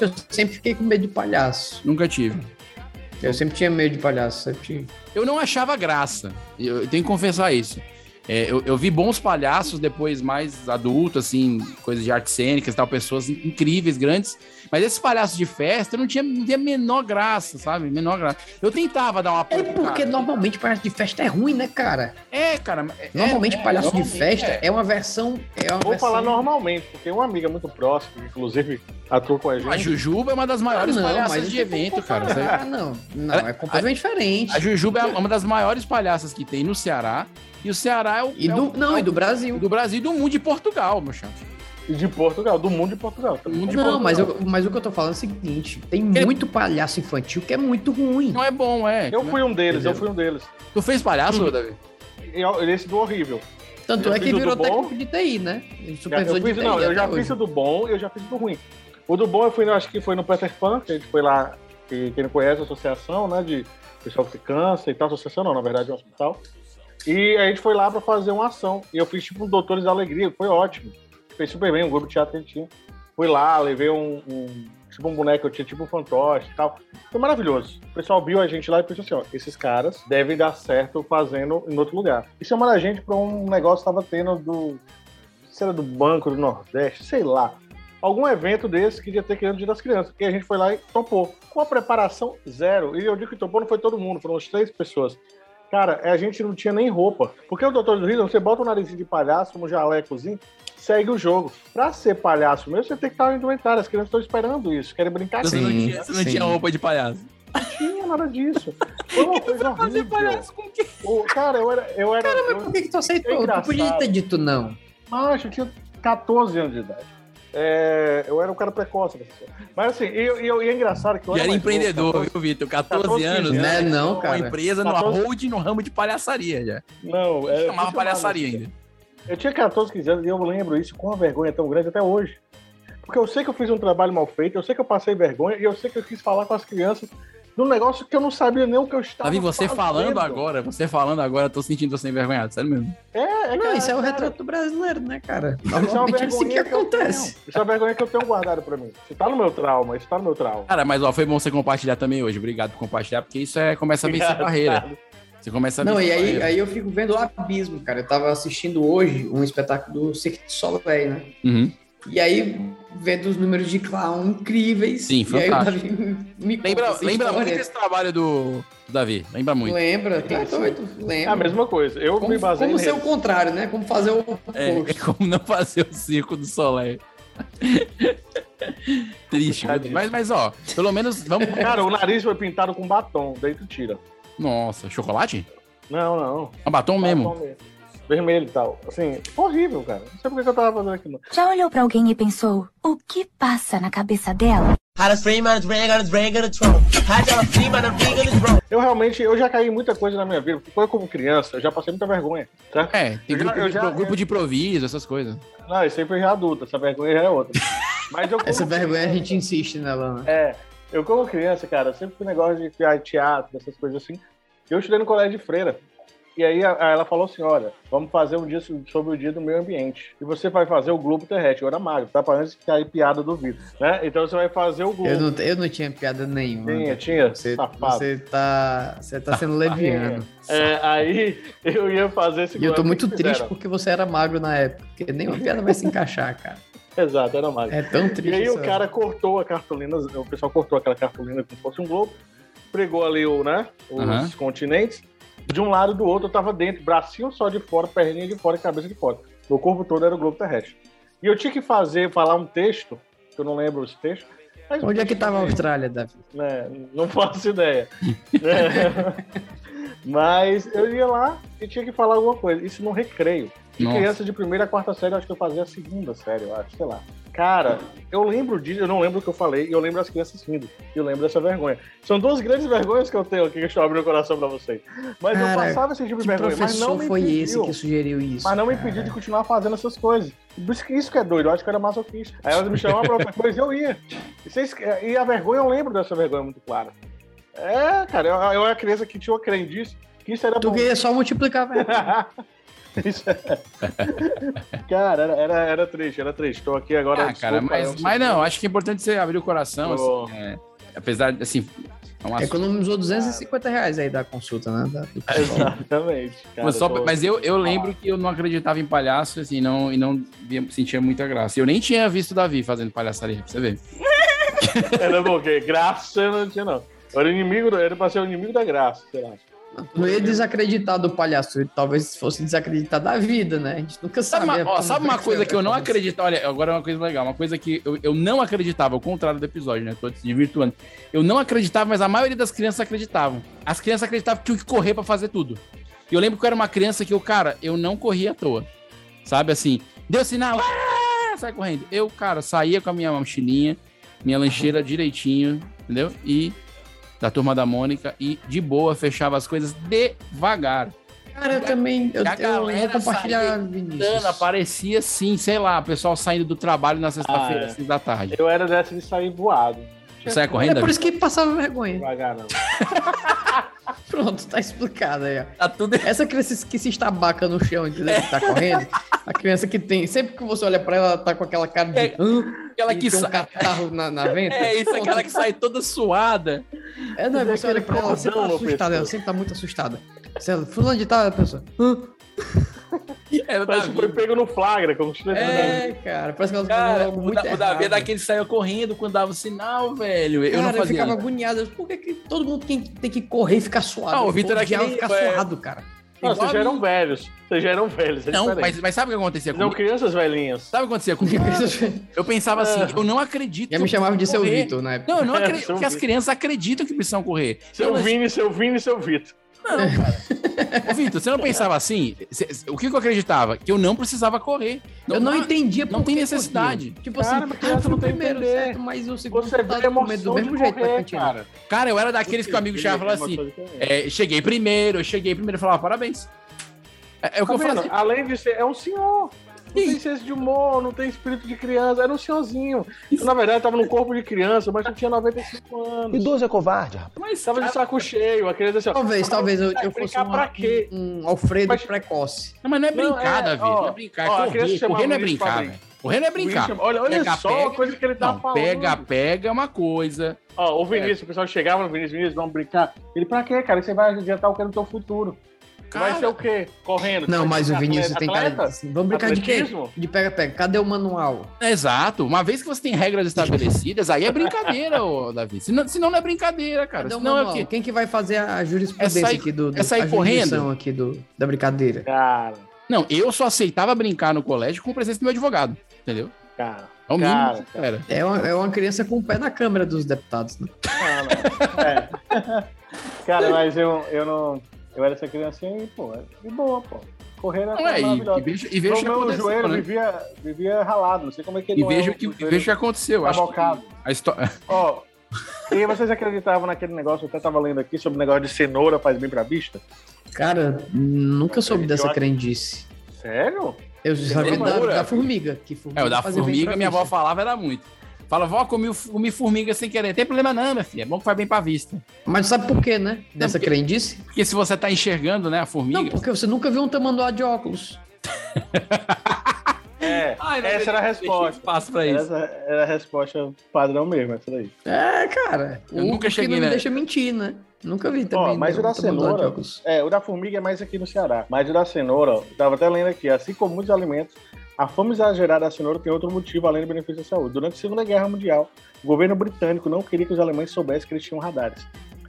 eu sempre fiquei com medo de palhaço.
Nunca tive.
Eu sempre tinha medo de palhaço, sempre tive.
Eu não achava graça. Eu eu tenho que confessar isso. É, eu, eu vi bons palhaços depois mais adultos, assim, coisas de artes cênicas e tal, pessoas incríveis, grandes. Mas esses palhaços de festa não tinha, não tinha menor graça, sabe? Menor graça. Eu tentava dar uma
É porque normalmente palhaço de festa é ruim, né, cara?
É, cara.
Normalmente palhaço de
normalmente,
festa
é.
é. uma versão. É uma
Vou
versão...
falar normalmente, porque uma amiga muito próxima, inclusive, atuou com a gente.
A Jujuba é uma das maiores palhaças
é
de evento, cara.
Ah, não. Não, é completamente diferente.
A Jujuba é uma das maiores palhaças que tem no Ceará. E o Ceará é o.
E
é
do-
o-
não,
é
e do Brasil.
Do Brasil e do mundo de Portugal, meu chão.
E de Portugal, do mundo de Portugal. Do
mundo de
Não,
Portugal.
mas, eu- mas o que eu tô falando é o seguinte: tem muito palhaço infantil que é muito ruim.
Não é bom, é.
Eu fui um deles, eu fui um deles.
Tu fez palhaço, Davi?
Eu- Esse do horrível.
Tanto
Eu
é que
fiz o do
virou
bom.
técnico de TI, né?
Já-
Supervisor
Eu,
de
fiz,
TI.
não, eu
até
já
hoje.
fiz o do bom e eu já fiz o do ruim. O do bom eu fui, eu acho que foi no Peter Pan, que a gente foi lá, que, quem não conhece, a associação, né? De pessoal que cansa e tal, associação não, na verdade é um hospital. E a gente foi lá pra fazer uma ação. E eu fiz tipo um Doutores da Alegria, foi ótimo. Fez super bem, um grupo de teatro que a gente tinha. Fui lá, levei um, um- tipo um boneco, eu tinha tipo um fantoche e tal. Foi maravilhoso. O pessoal viu a gente lá e pensou assim, ó, esses caras devem dar certo fazendo em outro lugar. E chamaram a gente pra um negócio que tava tendo do se era do Banco do Nordeste, sei lá. Algum evento desse que ia ter criando o Dia das Crianças. E a gente foi lá e topou. Com a preparação zero. E eu digo que topou não foi todo mundo, foram umas três pessoas. Cara, a gente não tinha nem roupa. Porque o Doutor do Rio, você bota o narizinho de palhaço, um jalecozinho, segue o jogo. Pra ser palhaço mesmo, você tem que estar indumentário. As crianças estão esperando isso, querem brincar
Você
com
não
isso,
tinha,
né?
você não tinha roupa de palhaço.
Não tinha nada disso. Foi uma coisa horrível. O- Cara, eu era... Eu era cara, mas por
que, tu aceitou?
Eu
Tu podia ter dito não.
Macho, eu tinha 14 anos de idade. É, eu era um cara precoce. né? Mas assim, e, eu- e, eu- e é engraçado que eu
E era
mais novo,
empreendedor,
14.
viu, Vitor? 14,
14
anos,
anos,
né?
Tá né? Não,
Uma
cara.
empresa
14
numa hold no ramo de palhaçaria já.
Não, é,
Chamava palhaçaria ainda.
Eu tinha 14, 15 anos e eu lembro isso com uma vergonha tão grande até hoje. Porque eu sei que eu fiz um trabalho mal feito, eu sei que eu passei vergonha e eu sei que eu quis falar com as crianças num negócio que eu não sabia nem o que eu estava
Davi, você
fazendo.
falando agora, você falando agora, eu tô sentindo você envergonhado, sério mesmo.
É, é
Não,
cara,
isso é o
cara,
retrato do brasileiro, né, cara?
Isso é uma
Normalmente é assim que
vergonha que eu
acontece.
Isso é uma vergonha que eu tenho guardado pra mim. Isso tá no meu trauma, isso tá no meu trauma.
Cara, mas ó, foi bom você compartilhar também hoje. Obrigado por compartilhar, porque isso é, começa a abrir sua
Obrigado,
carreira.
cara.
Você começa a abrir
Não,
sua
e aí,
carreira.
aí eu fico vendo o abismo, cara. Eu tava assistindo hoje um espetáculo do Cirque du Soleil, né?
Uhum.
E aí, vendo os números de clown incríveis.
Sim,
e aí o
fantástico.
Davi me conta
Lembra,
essa
lembra muito
história.
esse trabalho do, do Davi. Lembra muito.
Lembra, tá doido, lembra.
É a mesma coisa. Eu
Como,
me basei
como
nele.
ser o contrário, né? Como fazer o oposto.
É, é como não fazer o circo do Soleil. Triste, meu Deus. mas, mas ó, pelo menos vamos.
Cara, o nariz foi pintado com batom, daí tu tira.
Nossa, chocolate?
Não, não.
Ah, batom
É
mesmo.
Batom Vermelho e tal. Assim, foi horrível, cara. Não sei por que eu tava fazendo aquilo.
Já olhou pra alguém e pensou, o que passa na cabeça dela?
Eu realmente, eu já caí em muita coisa na minha vida. Porque quando eu como criança, eu já passei muita vergonha. Certo?
É, tem
Eu já-
grupo,
eu
de,
já-
pro- grupo de improviso, essas coisas.
Não, isso aí foi já adulto. Essa vergonha já é outra. Mas eu como
Essa vergonha a gente insiste nela, né?
É, eu como criança, cara, sempre fui negócio de criar teatro, essas coisas assim. Eu estudei no colégio de freira. E aí a- a- ela falou assim, olha, vamos fazer um dia so- sobre o dia do meio ambiente. E você vai fazer o Globo Terrestre. Eu era magro, tá? Pra antes que cair piada do vidro, né? Então você vai fazer o Globo.
Eu não, eu não tinha piada nenhuma.
Tinha,
André.
tinha,
Você,
safado.
você tá, você tá sendo leviano.
É, aí eu ia fazer esse
E eu tô
Globo
muito
que
triste
fizeram.
porque você era magro na época. Porque nenhuma piada vai se encaixar, cara.
Exato, era magro.
É tão triste
E aí o
essa-
cara cortou a cartolina, o pessoal cortou aquela cartolina como se fosse um globo, pregou ali o, né, os
Aham.
continentes, de um lado e do outro eu tava dentro, bracinho só de fora, perninha de fora e cabeça de fora. Meu corpo todo era o globo terrestre. E eu tinha que fazer, falar um texto, que eu não lembro os textos. mas-
Onde é que tava a Austrália, Davi?
né? Não faço ideia. Né? Mas eu ia lá e tinha que falar alguma coisa. Isso no recreio. E
Nossa.
criança de primeira a quarta série, eu acho que eu fazia a segunda série, eu acho, sei lá. Cara, eu lembro disso, eu não lembro o que eu falei, e eu lembro as crianças rindo. E eu lembro dessa vergonha. São duas grandes vergonhas que eu tenho aqui, que deixa eu abrir o coração pra vocês. Mas eu
Cara,
passava esse tipo de
Que
vergonha, mas não
professor
me
foi
impediu.
esse que sugeriu isso?
Mas não me
cara?
impediu de continuar fazendo essas coisas. Por isso que- Isso que é doido, eu acho que eu era masoquista. Aí elas me chamavam pra outra coisa e eu ia. E, vocês- e a vergonha, eu lembro dessa vergonha muito clara. É, cara, eu, eu era criança que tinha uma crendice que isso era
Tu
bom.
queria só multiplicar, velho.
Isso é- Cara, era, era, era triste, era triste. Tô aqui agora.
Ah, cara,
desculpa, eu
mas,
sei.
mas não, acho que é importante você abrir o coração,
Tô.
assim, é, apesar, assim,
Economizou 250 reais aí da consulta, né? Da- do pessoal.
Exatamente. cara,
mas só-
tô- Ah.
mas eu, eu lembro que eu não acreditava em palhaço, assim, não, e não via- sentia muita graça. Eu nem tinha visto o Davi fazendo palhaçaria, pra você ver.
Era bom, porque graça não tinha, não. Eu Era inimigo, do- era pra ser o inimigo da graça, sei lá.
Não ia desacreditar do palhaço, ele talvez fosse desacreditar da vida, né? A gente nunca
Sabe uma,
sabe. é
ó,
como
sabe
vai
uma
ser,
coisa
né?
que eu não acredito? Olha, agora é uma coisa legal. Uma coisa que eu, eu não acreditava, ao contrário do episódio, né? Tô se desvirtuando. Eu não acreditava, mas a maioria das crianças acreditavam. As crianças acreditavam que tinham que correr pra fazer tudo. E eu lembro que eu era uma criança que eu, cara, eu não corria à toa. Sabe assim, deu sinal, ah, sai correndo. Eu, cara, saía com a minha mochilinha, minha lancheira direitinho, entendeu? E da turma da Mônica e de boa fechava as coisas devagar.
Cara, eu também. Eu,
E a
eu vou
galera
compartilhar,
saía
Vinícius.
Ana, parecia assim, sei lá, o pessoal saindo do trabalho na sexta-feira,
Ah, é.
às seis da tarde.
Eu era dessa de sair voado.
Você saia correndo?
É por
Davi?
isso que passava vergonha.
Devagar, não.
Pronto, tá explicado aí. ó.
Tá tudo...
Essa criança que se estabaca no chão, entendeu? Que tá correndo. A criança que tem. Sempre que você olha pra ela, ela tá com aquela cara de.
É,
"Hã?"
aquela
e
que
tem um
sa-
catarro na, na venta.
É isso,
Pronto.
aquela que sai toda suada.
É, não, você olha pra ela, ela sempre tá
cordão,
assustada. Ela
professor.
sempre tá muito assustada. Se ela, fulano de tal, a pessoa.
Ela
Parece que foi pego no flagra, como se tivesse.
É, cara, parece que ela tá fazendo
Cara,
algo
o,
muito
da, o Davi é
errado.
daquele que saiu correndo quando dava o sinal, velho. Eu
Cara,
não
eu
fazia.
ficava agoniado. Eu, Por que, que todo mundo tem, tem que correr e ficar suado?
Ah, o
Eu
Vitor era
odiava
que nem-
ficar
é.
suado, cara.
Não,
Igual
vocês
a
já
mim.
eram velhos. Vocês já eram velhos. é
Não,
diferente.
mas, mas sabe o que acontecia
Não,
comigo?
crianças velhinhas.
Sabe o que acontecia comigo? Eu pensava assim, eu não acredito.
Já me
que eu
chamavam de
preciso
seu
correr.
Vitor na época.
Não, eu não
É,
acredito.
seu
Porque as
Vitor.
crianças acreditam que precisam correr.
Seu
Eu-
Vini, seu Vini, seu Vitor.
Ô, Vitor, você não pensava assim? Cê- cê- O que que eu acreditava? Que eu não precisava correr.
Eu não entendia
Não
por
tem
que
necessidade.
corriam. Tipo
Cara,
assim,
mas
ah,
criança
foi
não
o
tem
primeiro,
entender.
certo? Mas o segundo
Você
tá
vê a
comendo do
emoção de
mesmo jeito né, na
correr,
cantina.
cara.
Cara, eu era daqueles que o amigo
Ele
chegava e falava
tem uma
assim:
coisa
é, cheguei primeiro, eu cheguei primeiro. Eu falava, parabéns. É, é o que
Tá
eu
vendo?
fazia.
Além de ser, é um senhor. Não tem senso de humor, não tem espírito de criança. Era um senhorzinho. Eu, na verdade, tava num corpo de criança, mas eu tinha 95 anos.
Idoso é covarde, rapaz.
Mas
Tava de saco cheio. A criança assim, ó,
Talvez, talvez eu, eu fosse
brincar
um,
pra quê?
um Alfredo precoce.
Não, mas não é
Não,
brincar,
é,
Davi.
ó,
não é brincar. É
ó, a criança
correr.
chamava
Correr não é
o Luiz pra
brincar,
brincar.
velho. Correr não é
Luiz
brincar.
chama- Olha, olha só a coisa que ele tá
não,
falando.
Pega, pega é uma coisa.
Ó, o Vinícius, o pessoal chegava no Vinícius, Vinícius, vamos brincar. Ele, pra quê, cara? Você vai adiantar o que é no teu futuro.
Cara.
Vai ser o quê? Correndo?
Não,
Vai
mas
ser
o Vinícius tem cara de...
atleta?
assim, Vamos brincar de quê?
Atletismo?
De pega-pega. Cadê o manual?
é Exato. Uma vez que você tem regras estabelecidas, aí é brincadeira, ô, Davi. Senão, senão não é brincadeira, cara.
Cadê o
Senão é o
manual?
quê?
Quem que vai fazer a jurisprudência
É sair-
aqui do... do
é sair
a jurisdição
correndo?
aqui do, da brincadeira.
Cara,
Não, eu só aceitava brincar no colégio com a presença do meu advogado, entendeu?
cara.
É o mínimo
Cara,
que era.
É uma, é uma criança com o pé na câmera dos deputados, né?
É. Cara, mas eu, eu não. Eu era essa criancinha e, pô, era de boa, pô. Correr era
Não é, e-
maravilhoso.
e veja- e veja
o
que
meu
aconteceu,
joelho
né?
vivia, vivia ralado, não sei como é que ele
E
não é
veja
o-
o que,
o joelho
veja o que aconteceu. Acho que
tabocado.
a é, história.
Ó, e vocês acreditavam naquele negócio, eu até tava lendo aqui, sobre o negócio de cenoura faz bem pra vista?
Cara, nunca soube dessa
idiota.
crendice.
Sério?
Eu sabia da,
Cenoura?
da formiga. Que formiga
É, o da
fazia bem
formiga,
pra
minha avó
vista.
falava, era muito. Fala, vó, comi, o- comi formiga sem querer. Tem problema não, minha filha. É bom que faz bem pra vista.
Mas sabe por quê, né? Dessa
porque-
crendice?
Porque se você tá enxergando, né, a
Não,
formiga.
porque você nunca viu um tamanduá de óculos.
É,
Ai, não
essa era a
deixa- deixa
resposta.
Espaço pra isso.
Essa era a resposta padrão mesmo, essa daí.
É, cara.
Eu
o
nunca
que
cheguei,
não
né?
me deixa mentir, né? Nunca vi
Ó,
também.
mas
né,
o da
um tamanduá de
cenoura-
óculos.
É, o da formiga é mais aqui no Ceará. Mas o da cenoura, ó, eu tava até lendo aqui, assim como muitos alimentos, a fome exagerada da cenoura tem outro motivo além do benefício à saúde. Durante a Segunda Guerra Mundial, o governo britânico não queria que os alemães soubessem que eles tinham radares.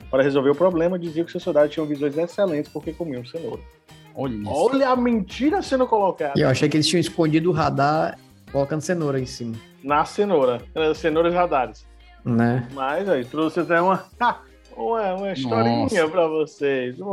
Para resolver o problema, dizia que seus soldados tinham visões excelentes porque comiam cenoura.
Olha isso.
Olha a mentira sendo colocada
E eu achei que eles tinham escondido o radar colocando cenoura em cima,
na cenoura. Era Cenouras e radares.
né?
Mas aí trouxe até uma, uma, uma historinha pra vocês. Um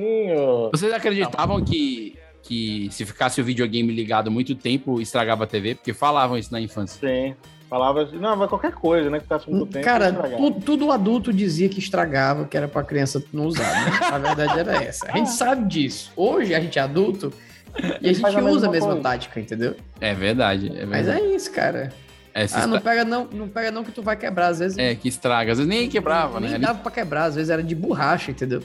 momentinho.
Vocês acreditavam que, que se ficasse o videogame ligado muito tempo, estragava a TV? Porque falavam isso na infância.
Sim. Palavras. Não, mas qualquer coisa, né? Que tá muito tempo.
Cara,
estragado.
tu- tudo adulto dizia que estragava, que era pra criança não usar. Né? A verdade era essa. A gente
Ah.
sabe disso. Hoje a gente é adulto e a gente
Faz a
usa
mesma
a mesma
coisa.
tática, entendeu?
É verdade. É verdade.
Mas é isso, cara.
É, se
Ah, não
estra-
pega não, não pega não que tu vai quebrar. Às vezes
é, que estraga. Às vezes nem quebrava,
nem
né? Era-
dava pra quebrar, às vezes era de borracha, entendeu? O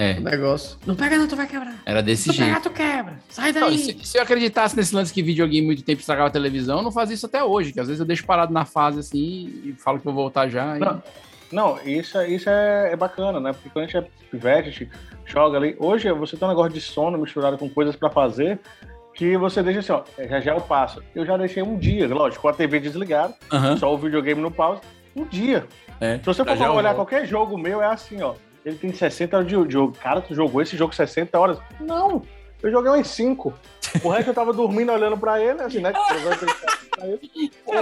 É,
negócio. Não pega não, tu vai quebrar.
era desse
Tu
jeito.
pegar, tu quebra. Sai
Não,
daí.
e se, se eu acreditasse nesse lance que videogame muito tempo estragava a televisão, eu não fazia isso até hoje, que às vezes eu deixo parado na fase assim e falo que vou voltar já. e-
Não. Não, isso, isso é, é bacana, né? Porque quando a gente é pivete, a gente joga ali. Hoje você tem um negócio de sono misturado com coisas pra fazer que você deixa assim, ó, já já eu passo. Eu já deixei um dia, lógico, com a TV desligada,
Aham.
só o videogame no pause, um dia.
É,
Se você
já
for
já eu
olhar
volto.
qualquer jogo meu, é assim, ó. Ele tem 60 horas de jogo. Cara, tu jogou esse jogo 60 horas? Não, eu joguei umas 5. O resto eu tava dormindo olhando pra ele, assim, né?
Cara,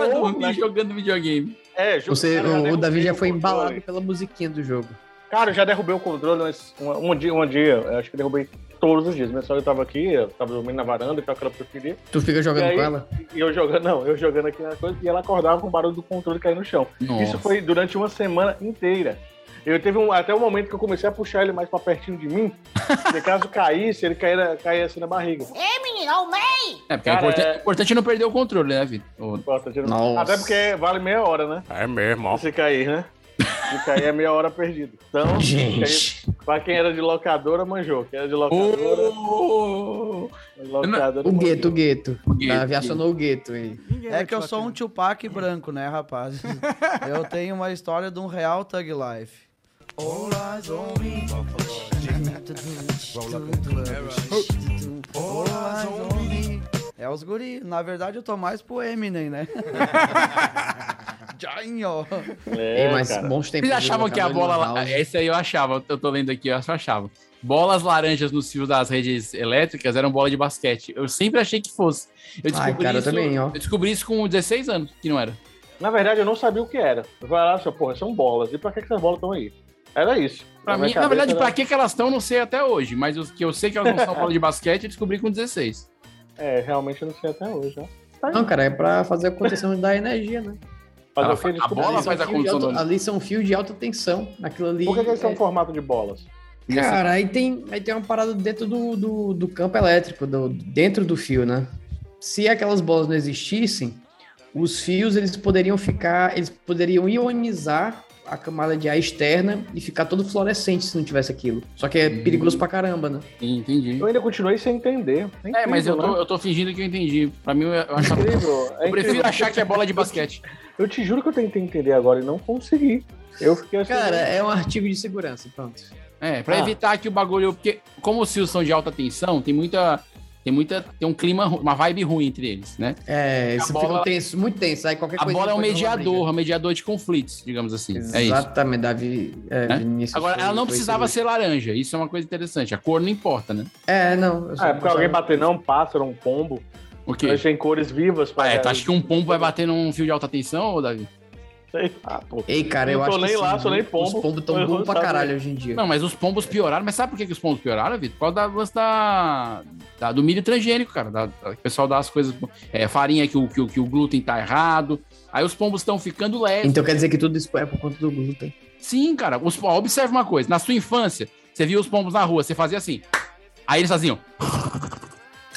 dormi jogando videogame.
É,
Você, o, o Davi já foi embalado pela musiquinha do jogo.
Cara, eu já derrubei o controle mas uma- um, dia, um dia. Eu acho que derrubei todos os dias. Minha sogra tava aqui, eu tava dormindo na varanda, que é o que ela preferia.
Tu fica jogando
E aí-
com ela?
E eu jogando, não, eu jogando aqui na coisa, e ela acordava com o barulho do controle cair no chão.
Nossa.
Isso foi durante uma semana inteira. Eu teve um, até um momento que eu comecei a puxar ele mais pra pertinho de mim, porque caso caísse, ele caíra, caía assim na barriga.
Ei, menino, ao meio!
É, porque é,
Cara,
importante,
é-
é importante não perder o controle, né, Vitor? O- Nossa.
Até porque vale meia hora, né?
É mesmo,
Se cair, né? Se cair é meia hora perdida. Então,
Gente.
aí, pra quem era de locadora, manjou. Quem era de locadora. locadora
O gueto, o gueto. O
gueto,
Davi acionou o gueto aí.
É que eu sou um Tupac branco, né, rapaz? eu tenho uma história de um real Thug Life.
All eyes on me. All eyes on me.
É os guri. Na verdade, eu tô mais pro Eminem, né? Jainho.
É,
Ei, mas bons tempos
Vocês
de
achavam
jogar
que a
Manual
bola. é
House.
la- Essa aí eu achava, eu tô lendo aqui, eu só achava. Bolas laranjas nos fios das redes elétricas eram bola de basquete. Eu sempre achei que fosse. Eu
Ai, cara, eu
isso,
também, ó.
eu descobri isso com 16 anos, que não era.
Na verdade, eu não sabia o que era. Eu falava assim, porra, são bolas. E pra que que essas bolas estão aí? Era isso.
Pra mim,
minha
na verdade,
cabeça né?
pra
era-
que, que elas estão, eu não sei até hoje. Mas os que eu sei que elas não são bola de basquete, eu descobri com 16.
É, realmente eu não sei até hoje, né? Tá aí.
Não, cara, é pra fazer a contenção da energia, né?
Fazer o quê? Desculpa.
Ali são fios de alta- Ali são fios de alta tensão. Naquilo ali.
Por que, que eles são
é-
formato de bolas?
Cara, aí tem, aí tem uma parada dentro do, do, do campo elétrico, do, dentro do fio, né? Se aquelas bolas não existissem, os fios eles poderiam ficar, eles poderiam ionizar a camada de ar externa e ficar todo fluorescente se não tivesse aquilo. Só que é perigoso pra caramba, né?
Entendi.
Eu ainda continuei sem entender.
É, mas eu
né? É
tô, eu tô fingindo que eu entendi. Pra mim, eu, eu achava. eu prefiro achar que é bola de basquete.
Eu te juro que eu tentei entender agora e não consegui. Eu fiquei assim.
Cara, é um artigo de segurança, pronto.
É, pra
Ah.
evitar que o bagulho. Porque, como os fios são de alta tensão, tem muita. Tem muita. Tem um clima, ru- uma vibe ruim entre eles, né?
É,
A
isso
bola-
fica tenso, muito tenso. Aí qualquer
A
coisa
bola é um
depois rola briga.
mediador, é um mediador de conflitos, digamos assim. É isso.
Exatamente, Davi. é,
Né?
Vinícius
Agora,
foi-
ela não
foi
precisava ser laranja, isso é uma coisa interessante. A cor não importa, né?
É, não. eu só
Ah, é porque alguém
pensava-
bater não, um pássaro, um pombo.
O quê?
Mas tem cores vivas pra.
Ah, é, tu acha que um pombo vai bater num fio de alta tensão, ô, Davi?
Sei lá, pô.
Ei, cara, eu
Não tô
acho que
nem
esses
lá, sou nem
os
pombo.
pombos tão
Eu
burros
não
pra
sabia.
caralho hoje em dia.
Não, mas os pombos pioraram. Mas sabe por que, que os pombos pioraram, Vitor? Por causa da, lance da, da- do milho transgênico, cara. Da- da- o pessoal dá as coisas. é, farinha que o, que, o, que o glúten tá errado. Aí os pombos estão ficando leves.
Então quer dizer que tudo isso é por conta do glúten.
Sim, cara. Os, ó, observe uma coisa. Na sua infância, você via os pombos na rua, você fazia assim. Aí eles faziam.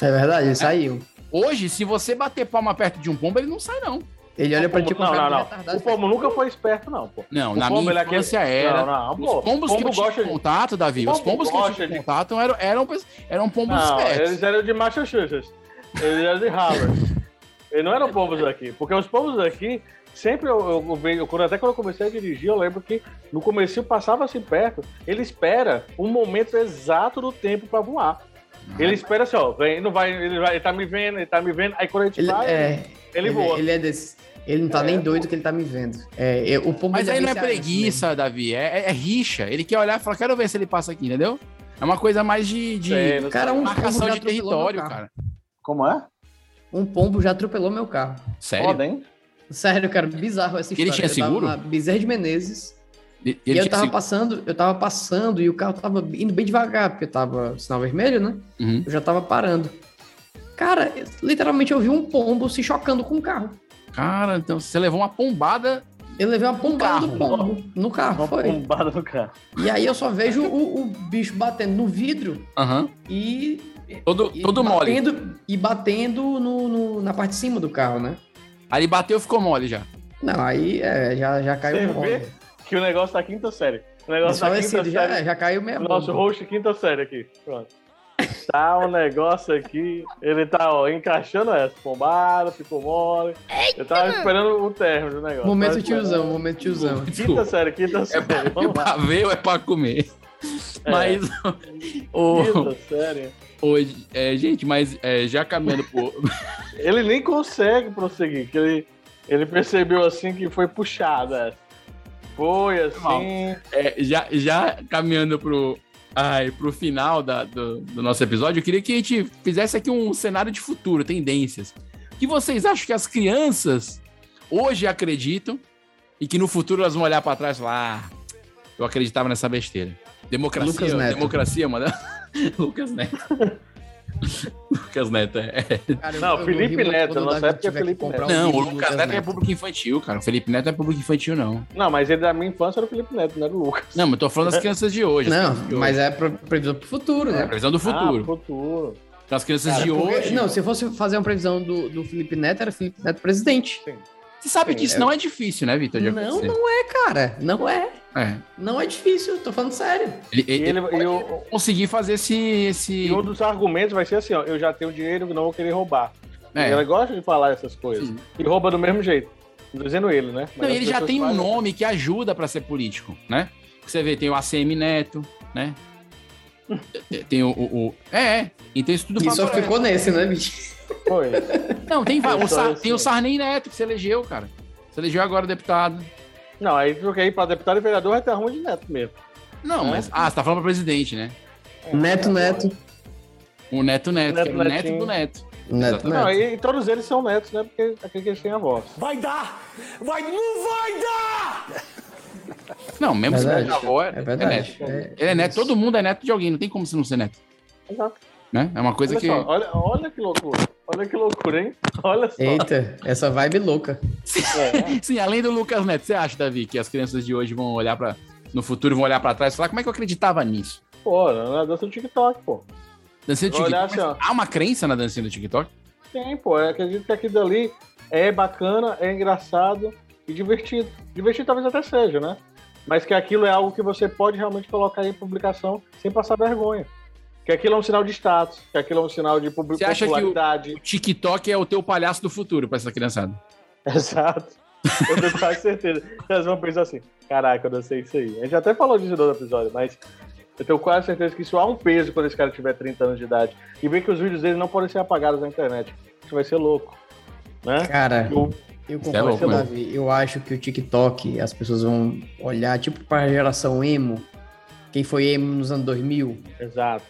É verdade, ele saiu.
Hoje, se você bater palma perto de um pombo, ele não sai, não.
Ele olha pra ti com
Não,
cara
não,
de
não.
retardado.
O pombo nunca foi esperto, não, pô.
Não,
O
na
pombo, ele
minha
é aquele-
infância era.
Não, não, pô.
os pombos que
pombo
eu tive
gosta de-
contato, Davi, os
pombo
pombos que eu
gosta
tive
de-
contato eram, eram, eram pombos
Não,
espertos.
eles eram de Massachusetts. Eles eram de Harvard. Eles não eram povos daqui. Porque os povos daqui, sempre eu, eu, eu vejo, quando, até quando eu comecei a dirigir, eu lembro que no comecinho passava assim perto, ele espera o momento exato do tempo pra voar.
é?
Ele espera assim, ó, vem, não vai, ele, vai, ele tá me vendo, ele tá me vendo, aí quando a gente
Ele,
vai,
é,
ele, voa. É,
Ele é desse. Ele não tá nem doido que ele tá me vendo. É, eu- o pombo
Mas
ainda
aí não é
bem cearense
preguiça, Davi, é, é- é rixa. Ele quer olhar e falar, quero ver se ele passa aqui, entendeu? É uma coisa mais de, de
Sei, não
Cara, um
marcação
pombo já
de
atropelou
território,
meu
cara.
carro.
Como é?
Um pombo já atropelou meu carro.
Sério? Foda, hein?
Sério, cara, bizarro essa
Ele
história.
tinha
Eu tava
seguro?
na Bezerra de Menezes.
Ele-
E,
ele tipo
eu
tinha
tava
que se-
passando, eu tava passando e o carro tava indo bem devagar, porque tava sinal vermelho, né?
Uhum.
Eu já tava parando. Cara, eu- literalmente eu vi um pombo se chocando com o carro.
Cara, então você levou uma pombada.
Eu levei uma pombada do pombo no carro, foi.
Bombado no carro.
E aí eu só vejo o, o bicho batendo no vidro
Aham.
e.
Todo,
e
todo mole.
batendo, E batendo no, no- na parte de cima do carro, né?
Aí ele bateu ficou mole já.
Não, aí é, já, já caiu
Você
o
vê
pombo.
que o negócio tá quinta série. O negócio tá quinta
Desfalecido, assim, já-
série.
já caiu meia
Nosso
bomba.
host quinta série aqui. Pronto. Tá um negócio aqui. Ele tá, ó, encaixando essa. Pombada, ficou mole. Eu tava esperando o término do negócio.
Momento
Tava esperando.
tiozão, momento tiozão.
Quinta série, quinta série. Vamos lá.
Pra ver ou é pra comer? Mas.
Quinta
o,
série.
o, é, gente, mas é, já caminhando pro.
Ele nem consegue prosseguir, que ele, ele percebeu assim que foi puxada essa. Foi assim.
É, já, já caminhando pro, ai, pro final da- do, do nosso episódio, eu queria que a gente fizesse aqui um cenário de futuro, tendências. O que vocês acham que as crianças hoje acreditam e que no futuro elas vão olhar pra trás e falar: ah, eu acreditava nessa besteira. Democracia,
Lucas Neto.
democracia, mano. Lucas Neto. Lucas Neto, é.
Cara, eu-
Não,
eu vou
Felipe
rir muito
Neto,
quando
nossa
Davi
época é
tiver que
Felipe
comprar
Neto.
um
Não, o
livro do
Tá Lucas Neto, é público infantil, cara. O Felipe Neto não é público infantil, não.
Não, mas ele da minha infância era o Felipe Neto, não era o Lucas.
Não, mas eu tô falando das crianças de hoje. as crianças de
Não,
hoje.
mas é pra- previsão pro futuro,
É a
né?
previsão do
Ah,
futuro.
futuro.
Então, as crianças
Cara,
de
porque-
hoje.
Não, se eu fosse fazer uma previsão do, do Felipe Neto, era Felipe Neto presidente.
Você sabe que isso não é difícil, né, Vitor? de
Não,
acontecer.
não é, cara. Não é.
É.
Não é difícil, eu tô falando sério.
Ele,
E,
ele-
ele,
ele
e o-
conseguir fazer esse. esse...
e um dos argumentos vai ser assim: ó, eu já tenho dinheiro, não vou querer roubar.
É.
Ela gosta de falar essas coisas. E rouba do mesmo jeito. Não dizendo ele, né? Mas
Não, e
as
ele já
pessoas
tem um
fazem.
nome que ajuda pra ser político, né? Você vê, tem o ACM Neto, né? Tem o. o- o- É, é. Então isso tudo
E só
favorece.
ficou nesse, né, bicho?
Foi.
Não, tem, va- o,
Só
Sa-
isso. é.
tem o Sarney Neto que se elegeu, cara. Se elegeu agora deputado.
Não, aí porque aí pra deputado e vereador vai ter ruim de neto mesmo.
Não,
É.
mas. Ah, você tá falando pra presidente, né?
Neto, neto.
O Neto Neto,
Neto
que é o neto
Netinho.
do Neto.
Neto,
Não,
neto.
e, e todos eles são netos, né? Porque aqui que eles têm avós.
Vai dar! Vai, não vai dar!
Não, mesmo se
Verdade.
não é avó, é,
É
é
verdade.
neto. Ele é neto, todo mundo é neto de alguém, não tem como você não ser neto.
Exato.
Né? É uma coisa
Olha,
que.
Tá? só, olha, olha que loucura. Olha que loucura, hein? Olha só.
Eita, essa vibe louca.
É.
Sim, além do Lucas Neto, você acha, Davi, que as crianças de hoje vão olhar para no futuro vão olhar pra trás e falar como é que eu acreditava nisso?
Pô, na dança do TikTok, pô.
Dancinha do
Vou olhar
TikTok.
assim,
mas Há uma crença na dancinha do TikTok?
Tem, pô. Eu acredito que aquilo dali é bacana, é engraçado e divertido. Divertido talvez até seja, né? Mas que aquilo é algo que você pode realmente colocar em publicação sem passar vergonha. Que aquilo é um sinal de status, que aquilo é um sinal de publi-
Você acha que o-
popularidade.
O TikTok é o teu palhaço do futuro pra essa criançada.
Exato. Eu tenho quase certeza. Elas vão pensar assim, caraca, eu dancei isso aí. A gente até falou disso no outro episódio, mas eu tenho quase certeza que isso há um peso quando esse cara tiver 30 anos de idade. E ver que os vídeos dele não podem ser apagados na internet. Isso vai ser louco. Né?
Cara,
Eu-
eu
é
concordo
louco
com o
mesmo.
Davi. Eu acho que o TikTok, as pessoas vão olhar, tipo, pra geração emo. Quem foi emo nos anos 2000?
Exato.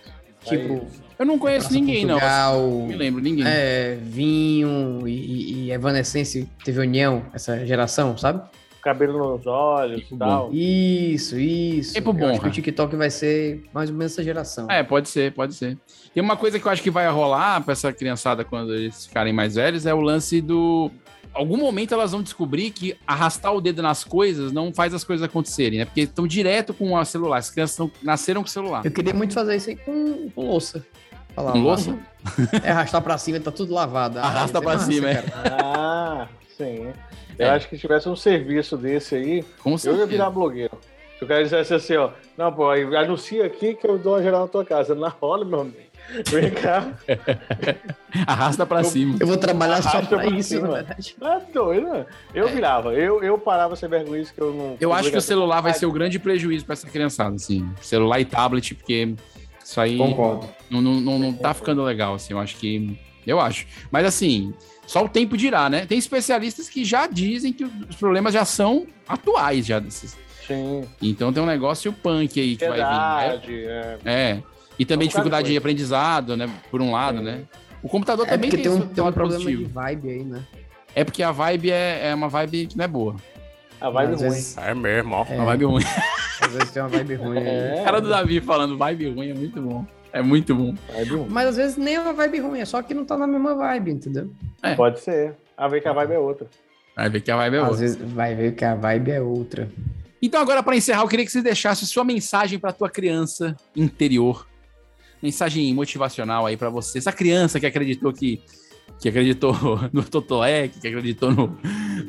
Tipo,
Eu não conheço
Praça
ninguém, não.
Portugal,
Não me lembro, ninguém.
é, Vinho e, e, e Evanescence teve união, essa geração, sabe?
cabelo nos olhos e tal.
Isso, isso.
Tempo
Eu
bom,
acho que
cara.
o TikTok vai ser mais ou menos essa geração.
É, pode ser, pode ser. Tem uma coisa que eu acho que vai rolar pra essa criançada quando eles ficarem mais velhos, é o lance do. Algum momento elas vão descobrir que arrastar o dedo nas coisas não faz as coisas acontecerem, né? Porque estão direto com o celular. As crianças tão- nasceram com o celular.
Eu queria muito fazer isso aí com, com louça. Falar,
Com louça?
É arrastar pra cima, tá tudo lavado. Ah,
Arrasta
isso é
pra
massa,
cima, é.
cara.
Ah, sim. Eu
É.
acho que se tivesse um serviço desse aí,
Com
eu ia
certeza.
virar blogueiro. Se o cara dissesse assim, ó, não, pô, aí anuncia aqui que eu dou uma geral na tua casa. Na hora, meu amigo. Vem cá.
Arrasta pra cima.
Eu vou trabalhar só
Arrasta
pra
pra
isso,
cima.
na verdade.
Ah, doido, né? Eu virava, eu, eu parava sem vergonha isso que eu não.
É. Eu acho que o celular vai ser o
grande.
grande prejuízo pra essa criançada, assim. Celular e tablet, porque isso aí
Concordo.
não, não, não, não tá ficando legal, assim. Eu acho que. Eu acho. Mas assim, só o tempo dirá, né? Tem especialistas que já dizem que os problemas já são atuais, já. desses-
Sim,
Então tem um negócio punk aí que vai vir. né?
verdade. É.
É. E também
É um
dificuldade
bocado É. de
de aprendizado, né? Por um lado,
Sim.
né? O computador
É
também
porque
tem,
tem um,
seu
tem um
lado
problema
positivo.
de vibe aí, né?
É porque a vibe é, é uma vibe que não é boa.
A vibe
Às
ruim.
vezes-
É mesmo, ó.
É uma vibe ruim.
Às vezes tem uma vibe ruim aí.
É.
O cara do Davi falando vibe ruim é muito bom. É muito bom.
Vibe ruim.
Mas às vezes nem é uma vibe ruim, é só que não tá na mesma vibe, entendeu?
É.
Pode ser. A ver que a vibe é outra.
Vai ver que a vibe é
Às
outra.
vezes vai ver que a vibe é outra.
Então, agora, pra encerrar, eu queria que você deixasse sua mensagem pra tua criança interior. Mensagem motivacional aí pra você. Essa criança que acreditou que. Que acreditou no Totolé, que acreditou no,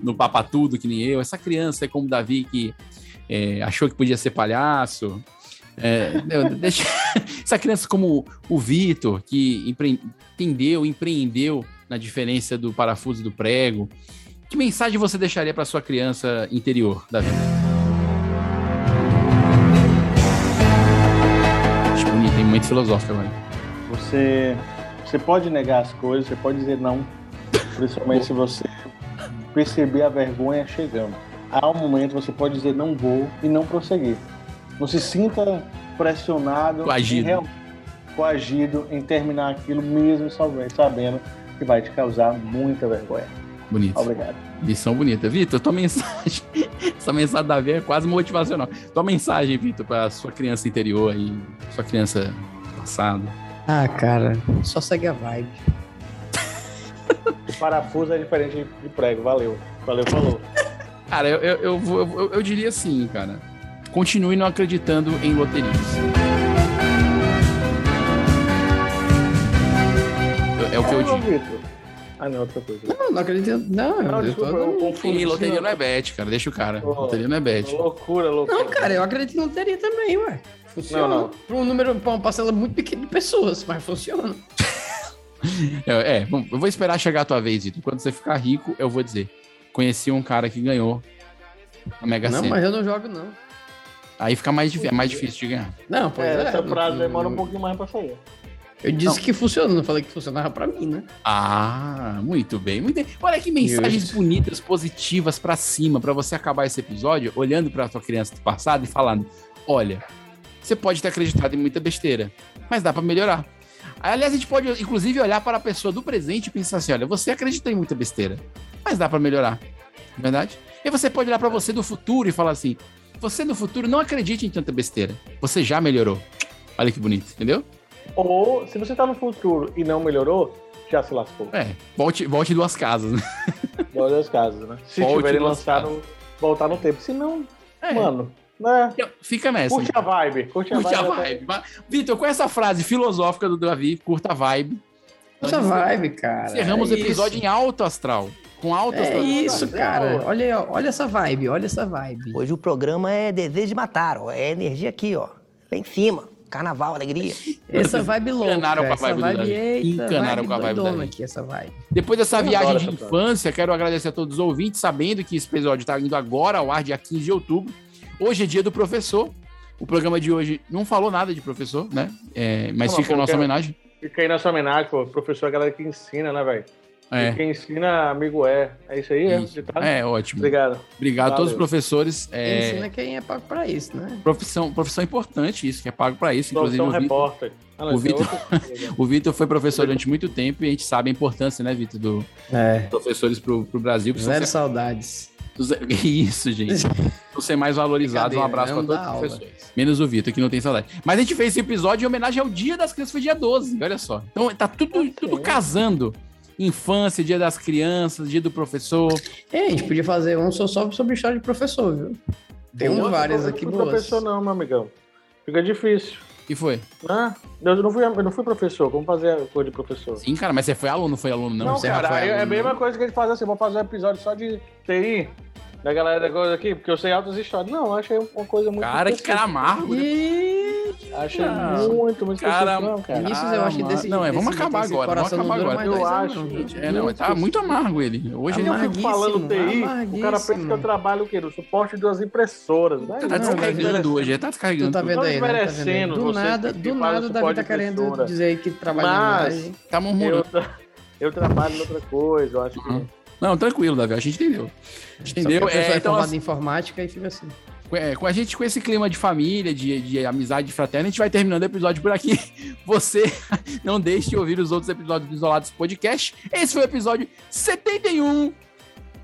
no Papatudo, que nem eu. Essa criança é como o Davi, que é, achou que podia ser palhaço, É, não, deixa- Essa criança como o Vitor, que empre- entendeu, empreendeu na diferença do parafuso e do prego. Que mensagem você deixaria para sua criança interior, Davi? Acho bonito, tem muito filosófico agora.
Você, você pode negar as coisas, você pode dizer não, principalmente se você perceber a vergonha chegando. Há um momento você pode dizer não vou e não prosseguir. Não se sinta pressionado,
Coagido.
Em real- coagido em terminar aquilo mesmo salve- sabendo que vai te causar muita vergonha.
Bonito.
Obrigado.
Lição bonita. Vitor, tua mensagem. Essa mensagem da Davi é quase motivacional. Tua mensagem, Vitor, para sua criança interior aí, sua criança passada.
Ah, cara, só segue a vibe.
O parafuso é diferente de prego. Valeu. Valeu, falou.
Cara, eu, eu, eu, vou- eu vou- eu diria assim, cara. Continue não acreditando em loterias. É o que eu
Ô,
digo.
Vitor. Ah, não, outra coisa.
Não, não acredito. Não,
Não,
eu
Ah, desculpa,
tô-
eu confundi.
Sim, loteria não é bet, cara. Deixa o cara. Loteria não é bet.
Loucura, loucura.
Não, cara, eu acredito que loteria também, ué. Funciona.
Não, não.
Pra um número, pra uma parcela muito pequena de pessoas, mas funciona.
É, é, bom, eu vou esperar chegar a tua vez, Vitor. Quando você ficar rico, eu vou dizer. Conheci um cara que ganhou a Mega
não,
Sena.
mas eu não jogo, não.
Aí fica mais, difí- é mais difícil de ganhar.
Não, pois
É,
é.
essa
não-
frase demora um pouquinho mais pra sair.
Eu disse que funciona, não falei que funcionava pra mim, né?
Ah, muito bem, muito bem. Olha que mensagens bonitas, positivas pra cima, pra você acabar esse episódio olhando pra sua criança do passado e falando: olha, você pode ter acreditado em muita besteira, mas dá pra melhorar. Aliás, a gente pode, inclusive, olhar para a pessoa do presente e pensar assim: olha, você acredita em muita besteira, mas dá pra melhorar, não é verdade? E você pode olhar pra você do futuro e falar assim: você no futuro não acredite em tanta besteira, você já melhorou. Olha que bonito, entendeu?
Ou, se você tá no futuro e não melhorou, já se lascou.
É, volte, volte duas casas, né?
Olha os casos, né? Se
Volte
tiverem
duas
lançado, voltar no tempo. Se não,
É.
mano, né?
Fica nessa.
Curte a vibe. Curte a
Curte a
vibe.
vibe. Mas, Vitor, com essa frase filosófica do Davi, curta a vibe.
Essa
Nós
vibe, cara.
Encerramos
é
o episódio em alto astral. Com alto
É
astral.
isso, cara.
Não,
Olha, aí, ó, olha essa vibe, olha essa vibe.
Hoje o programa é desejo de matar, ó. É energia aqui, ó. Lá em cima. Carnaval, alegria.
Essa vibe louca.
Encanaram com a
essa
vibe do Davi.
eita,
Encanaram
vibe
com a vibe do
doidona
Davi.
aqui, essa vibe.
Depois dessa
Eu
viagem
adoro
de
essa frase.
infância, quero agradecer a todos os ouvintes, sabendo que esse episódio está indo agora ao ar, dia 15 de outubro. Hoje é dia do professor. O programa de hoje não falou nada de professor, né? É, mas
Não,
fica a nossa
porque-
homenagem.
Fica aí nossa homenagem, pô. Professor é a galera que ensina, né, velho?
É.
E Quem ensina, amigo é. É isso aí,
Isso.
é? ditado?
É, ótimo.
Obrigado.
Obrigado a todos os
Valeu.
professores.
Quem
É,
Ensina quem é pago pra isso, né?
profissão, profissão importante isso, que é pago para isso. Inclusive,
Profissão
o Vitor-
um repórter. Ah, não,
o
isso é
Vitor-
outra-
O Vitor foi professor durante muito tempo e a gente sabe a importância, né, Vitor, do dos professores pro, pro Brasil. precisam
Zero
ser-
saudades.
dos- Isso, gente. Precisam ser mais valorizados. Um abraço
Brincadeira, né?
para
não
todos
dá
os
aula.
professores. Menos o Vitor, que não tem saudade. Mas a gente fez esse episódio em homenagem ao Dia das Crianças, foi dia 12, olha só. Então tá tudo, tudo casando. Infância, Dia das Crianças, Dia do Professor.
É, a gente podia fazer um só só sobre história de professor, viu? Tem
Não,
umas várias
não
aqui
fui
boas.
professor não, meu amigão. Fica difícil.
E foi?
né? Eu não fui, eu não fui professor. Como fazer a coisa de professor?
Sim, cara, mas você foi aluno, foi aluno não?
Não,
Você
cara,
foi um-
aí é a
aluno,
mesma
não?
coisa que a gente faz assim, vamos fazer um episódio só de TI, da galera da coisa aqui, porque eu sei altas histórias. Não, eu achei uma coisa muito...
um Cara, que
específica.
cara amargo. né?
Achei
Cara,
muito, muito
cara,
específico, não, cara.
Vinícius, eu acho que desse-
Não, é, vamos
desse-
acabar
desse
agora. Vamos
coração
acabar
não dura
agora.
mais
Eu
dois anos,
acho,
não,
gente.
É, não, tá muito amargo ele. Hoje ele tá
Eu fico falando TI, o cara pensa que eu
amarguíssimo.
trabalho o quê? No suporte de umas impressoras, né?
Tá
Não, mas-
descarregando hoje, é, tá descarregando.
Tu tá
tudo.
vendo aí, né? Tá vendo aí?
desmerecendo
Do
vocês
nada,
que
do
fazem
nada o
esse
Davi
pode
tá
de
querendo
censura.
dizer que trabalha na
Mas
imagem.
Tá
eu,
murmurando.
tra- eu trabalho em outra coisa, eu acho que...
Uhum. Não, tranquilo, Davi, a gente entendeu. A gente
Só que
entendeu?
A pessoa
É,
é,
então,
formada
assim,
em informática e fica assim.
é, com a gente, com esse clima de família, de, de amizade fraterna, a gente vai terminando o episódio por aqui. Você não deixe de ouvir os outros episódios do Isolados Podcast. Esse foi o episódio 71.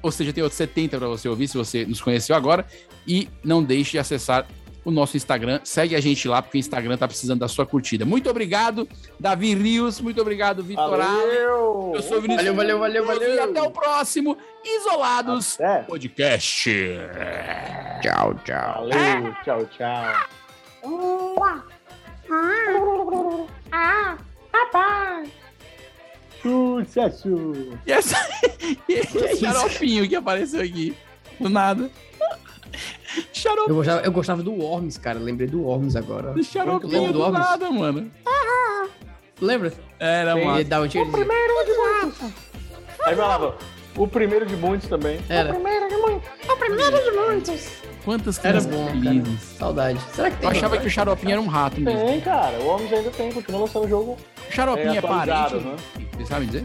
Ou seja, tem outros 70 para você ouvir, se você nos conheceu agora. E não deixe de acessar o nosso Instagram. Segue a gente lá, porque o Instagram tá precisando da sua curtida. Muito obrigado, Davi Rios. Muito obrigado, Vitor Alves.
Valeu!
Eu sou o Vinícius.
Valeu, valeu, valeu,
Veloso E
valeu.
até o próximo Isolados
Até.
Podcast.
Tchau, tchau.
Valeu, tchau, tchau.
Ah, rapaz.
Sucesso!
E essa... e esse xaropinho que apareceu aqui. Do nada. Tchau.
Eu gostava, eu gostava do Worms, cara. Lembrei do Worms agora.
Do
é
xaropinho do nada, mano.
Lembra?
Era,
Ele
mano.
dava um tiro e dizia,
primeiro de muitos. Aí falava, o primeiro de muitos também.
Era.
primeiro de muitos. O primeiro de muitos.
Quantas
Era
crianças
bom,
felizes.
Saudade. Será que tem?
Eu achava que o xaropinho era um rato mesmo.
Tem, cara. O Homens ainda tem, continua lançando o jogo.
Xaropinho é, né?
atualizado, né?
parente? Vocês sabem dizer?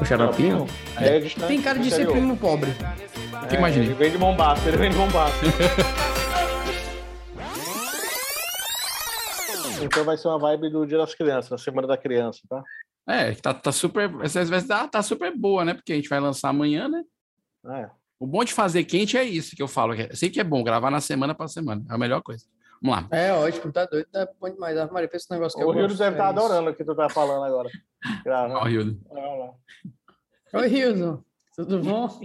O xaropinho?
É, é distante,
Tem cara de ser
interior.
primo pobre.
que imaginei.
Ele vem de Mombasa, ele vem de Mombasa. então vai ser uma vibe do Dia das Crianças, na Semana da Criança, tá?
É, tá, tá super. Essas vezes tá, tá super boa, né? Porque a gente vai lançar amanhã, né?
É.
O bom de fazer quente é isso que eu falo. que é- Eu sei que é bom gravar na semana pra semana. É a melhor coisa. Vamos lá.
É, ótimo, tá doido, tá bom demais. Ave Maria, pensa num negócio que
O
eu
Rio
gosto,
deve estar
é isso.
adorando o que tu tá falando agora. É,
Ó, Hildo.
Olha lá.
Oi, Rilson. Tudo bom?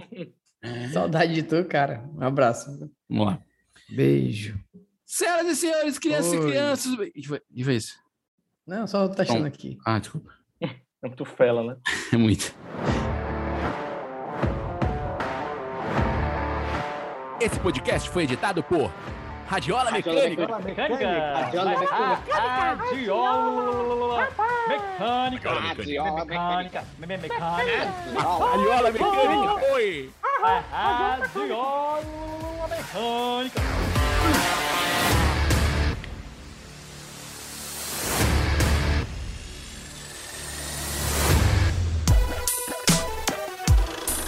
Saudade de tu, cara. Um abraço.
Vamos lá.
Beijo.
Senhoras e senhores, crianças e
Oi.
crianças. E foi- E foi isso.
Não, só testando
Bom.
aqui.
Ah, desculpa.
É muito fela, né?
É muito. Esse podcast foi editado por Radiola Mecânica.
Radiola Mecânica.
Radiola Mecânica.
Radiola Mecânica.
Radiola
Mecânica.
Radiola
Mecânica.
Oi.
Radiola Mecânica.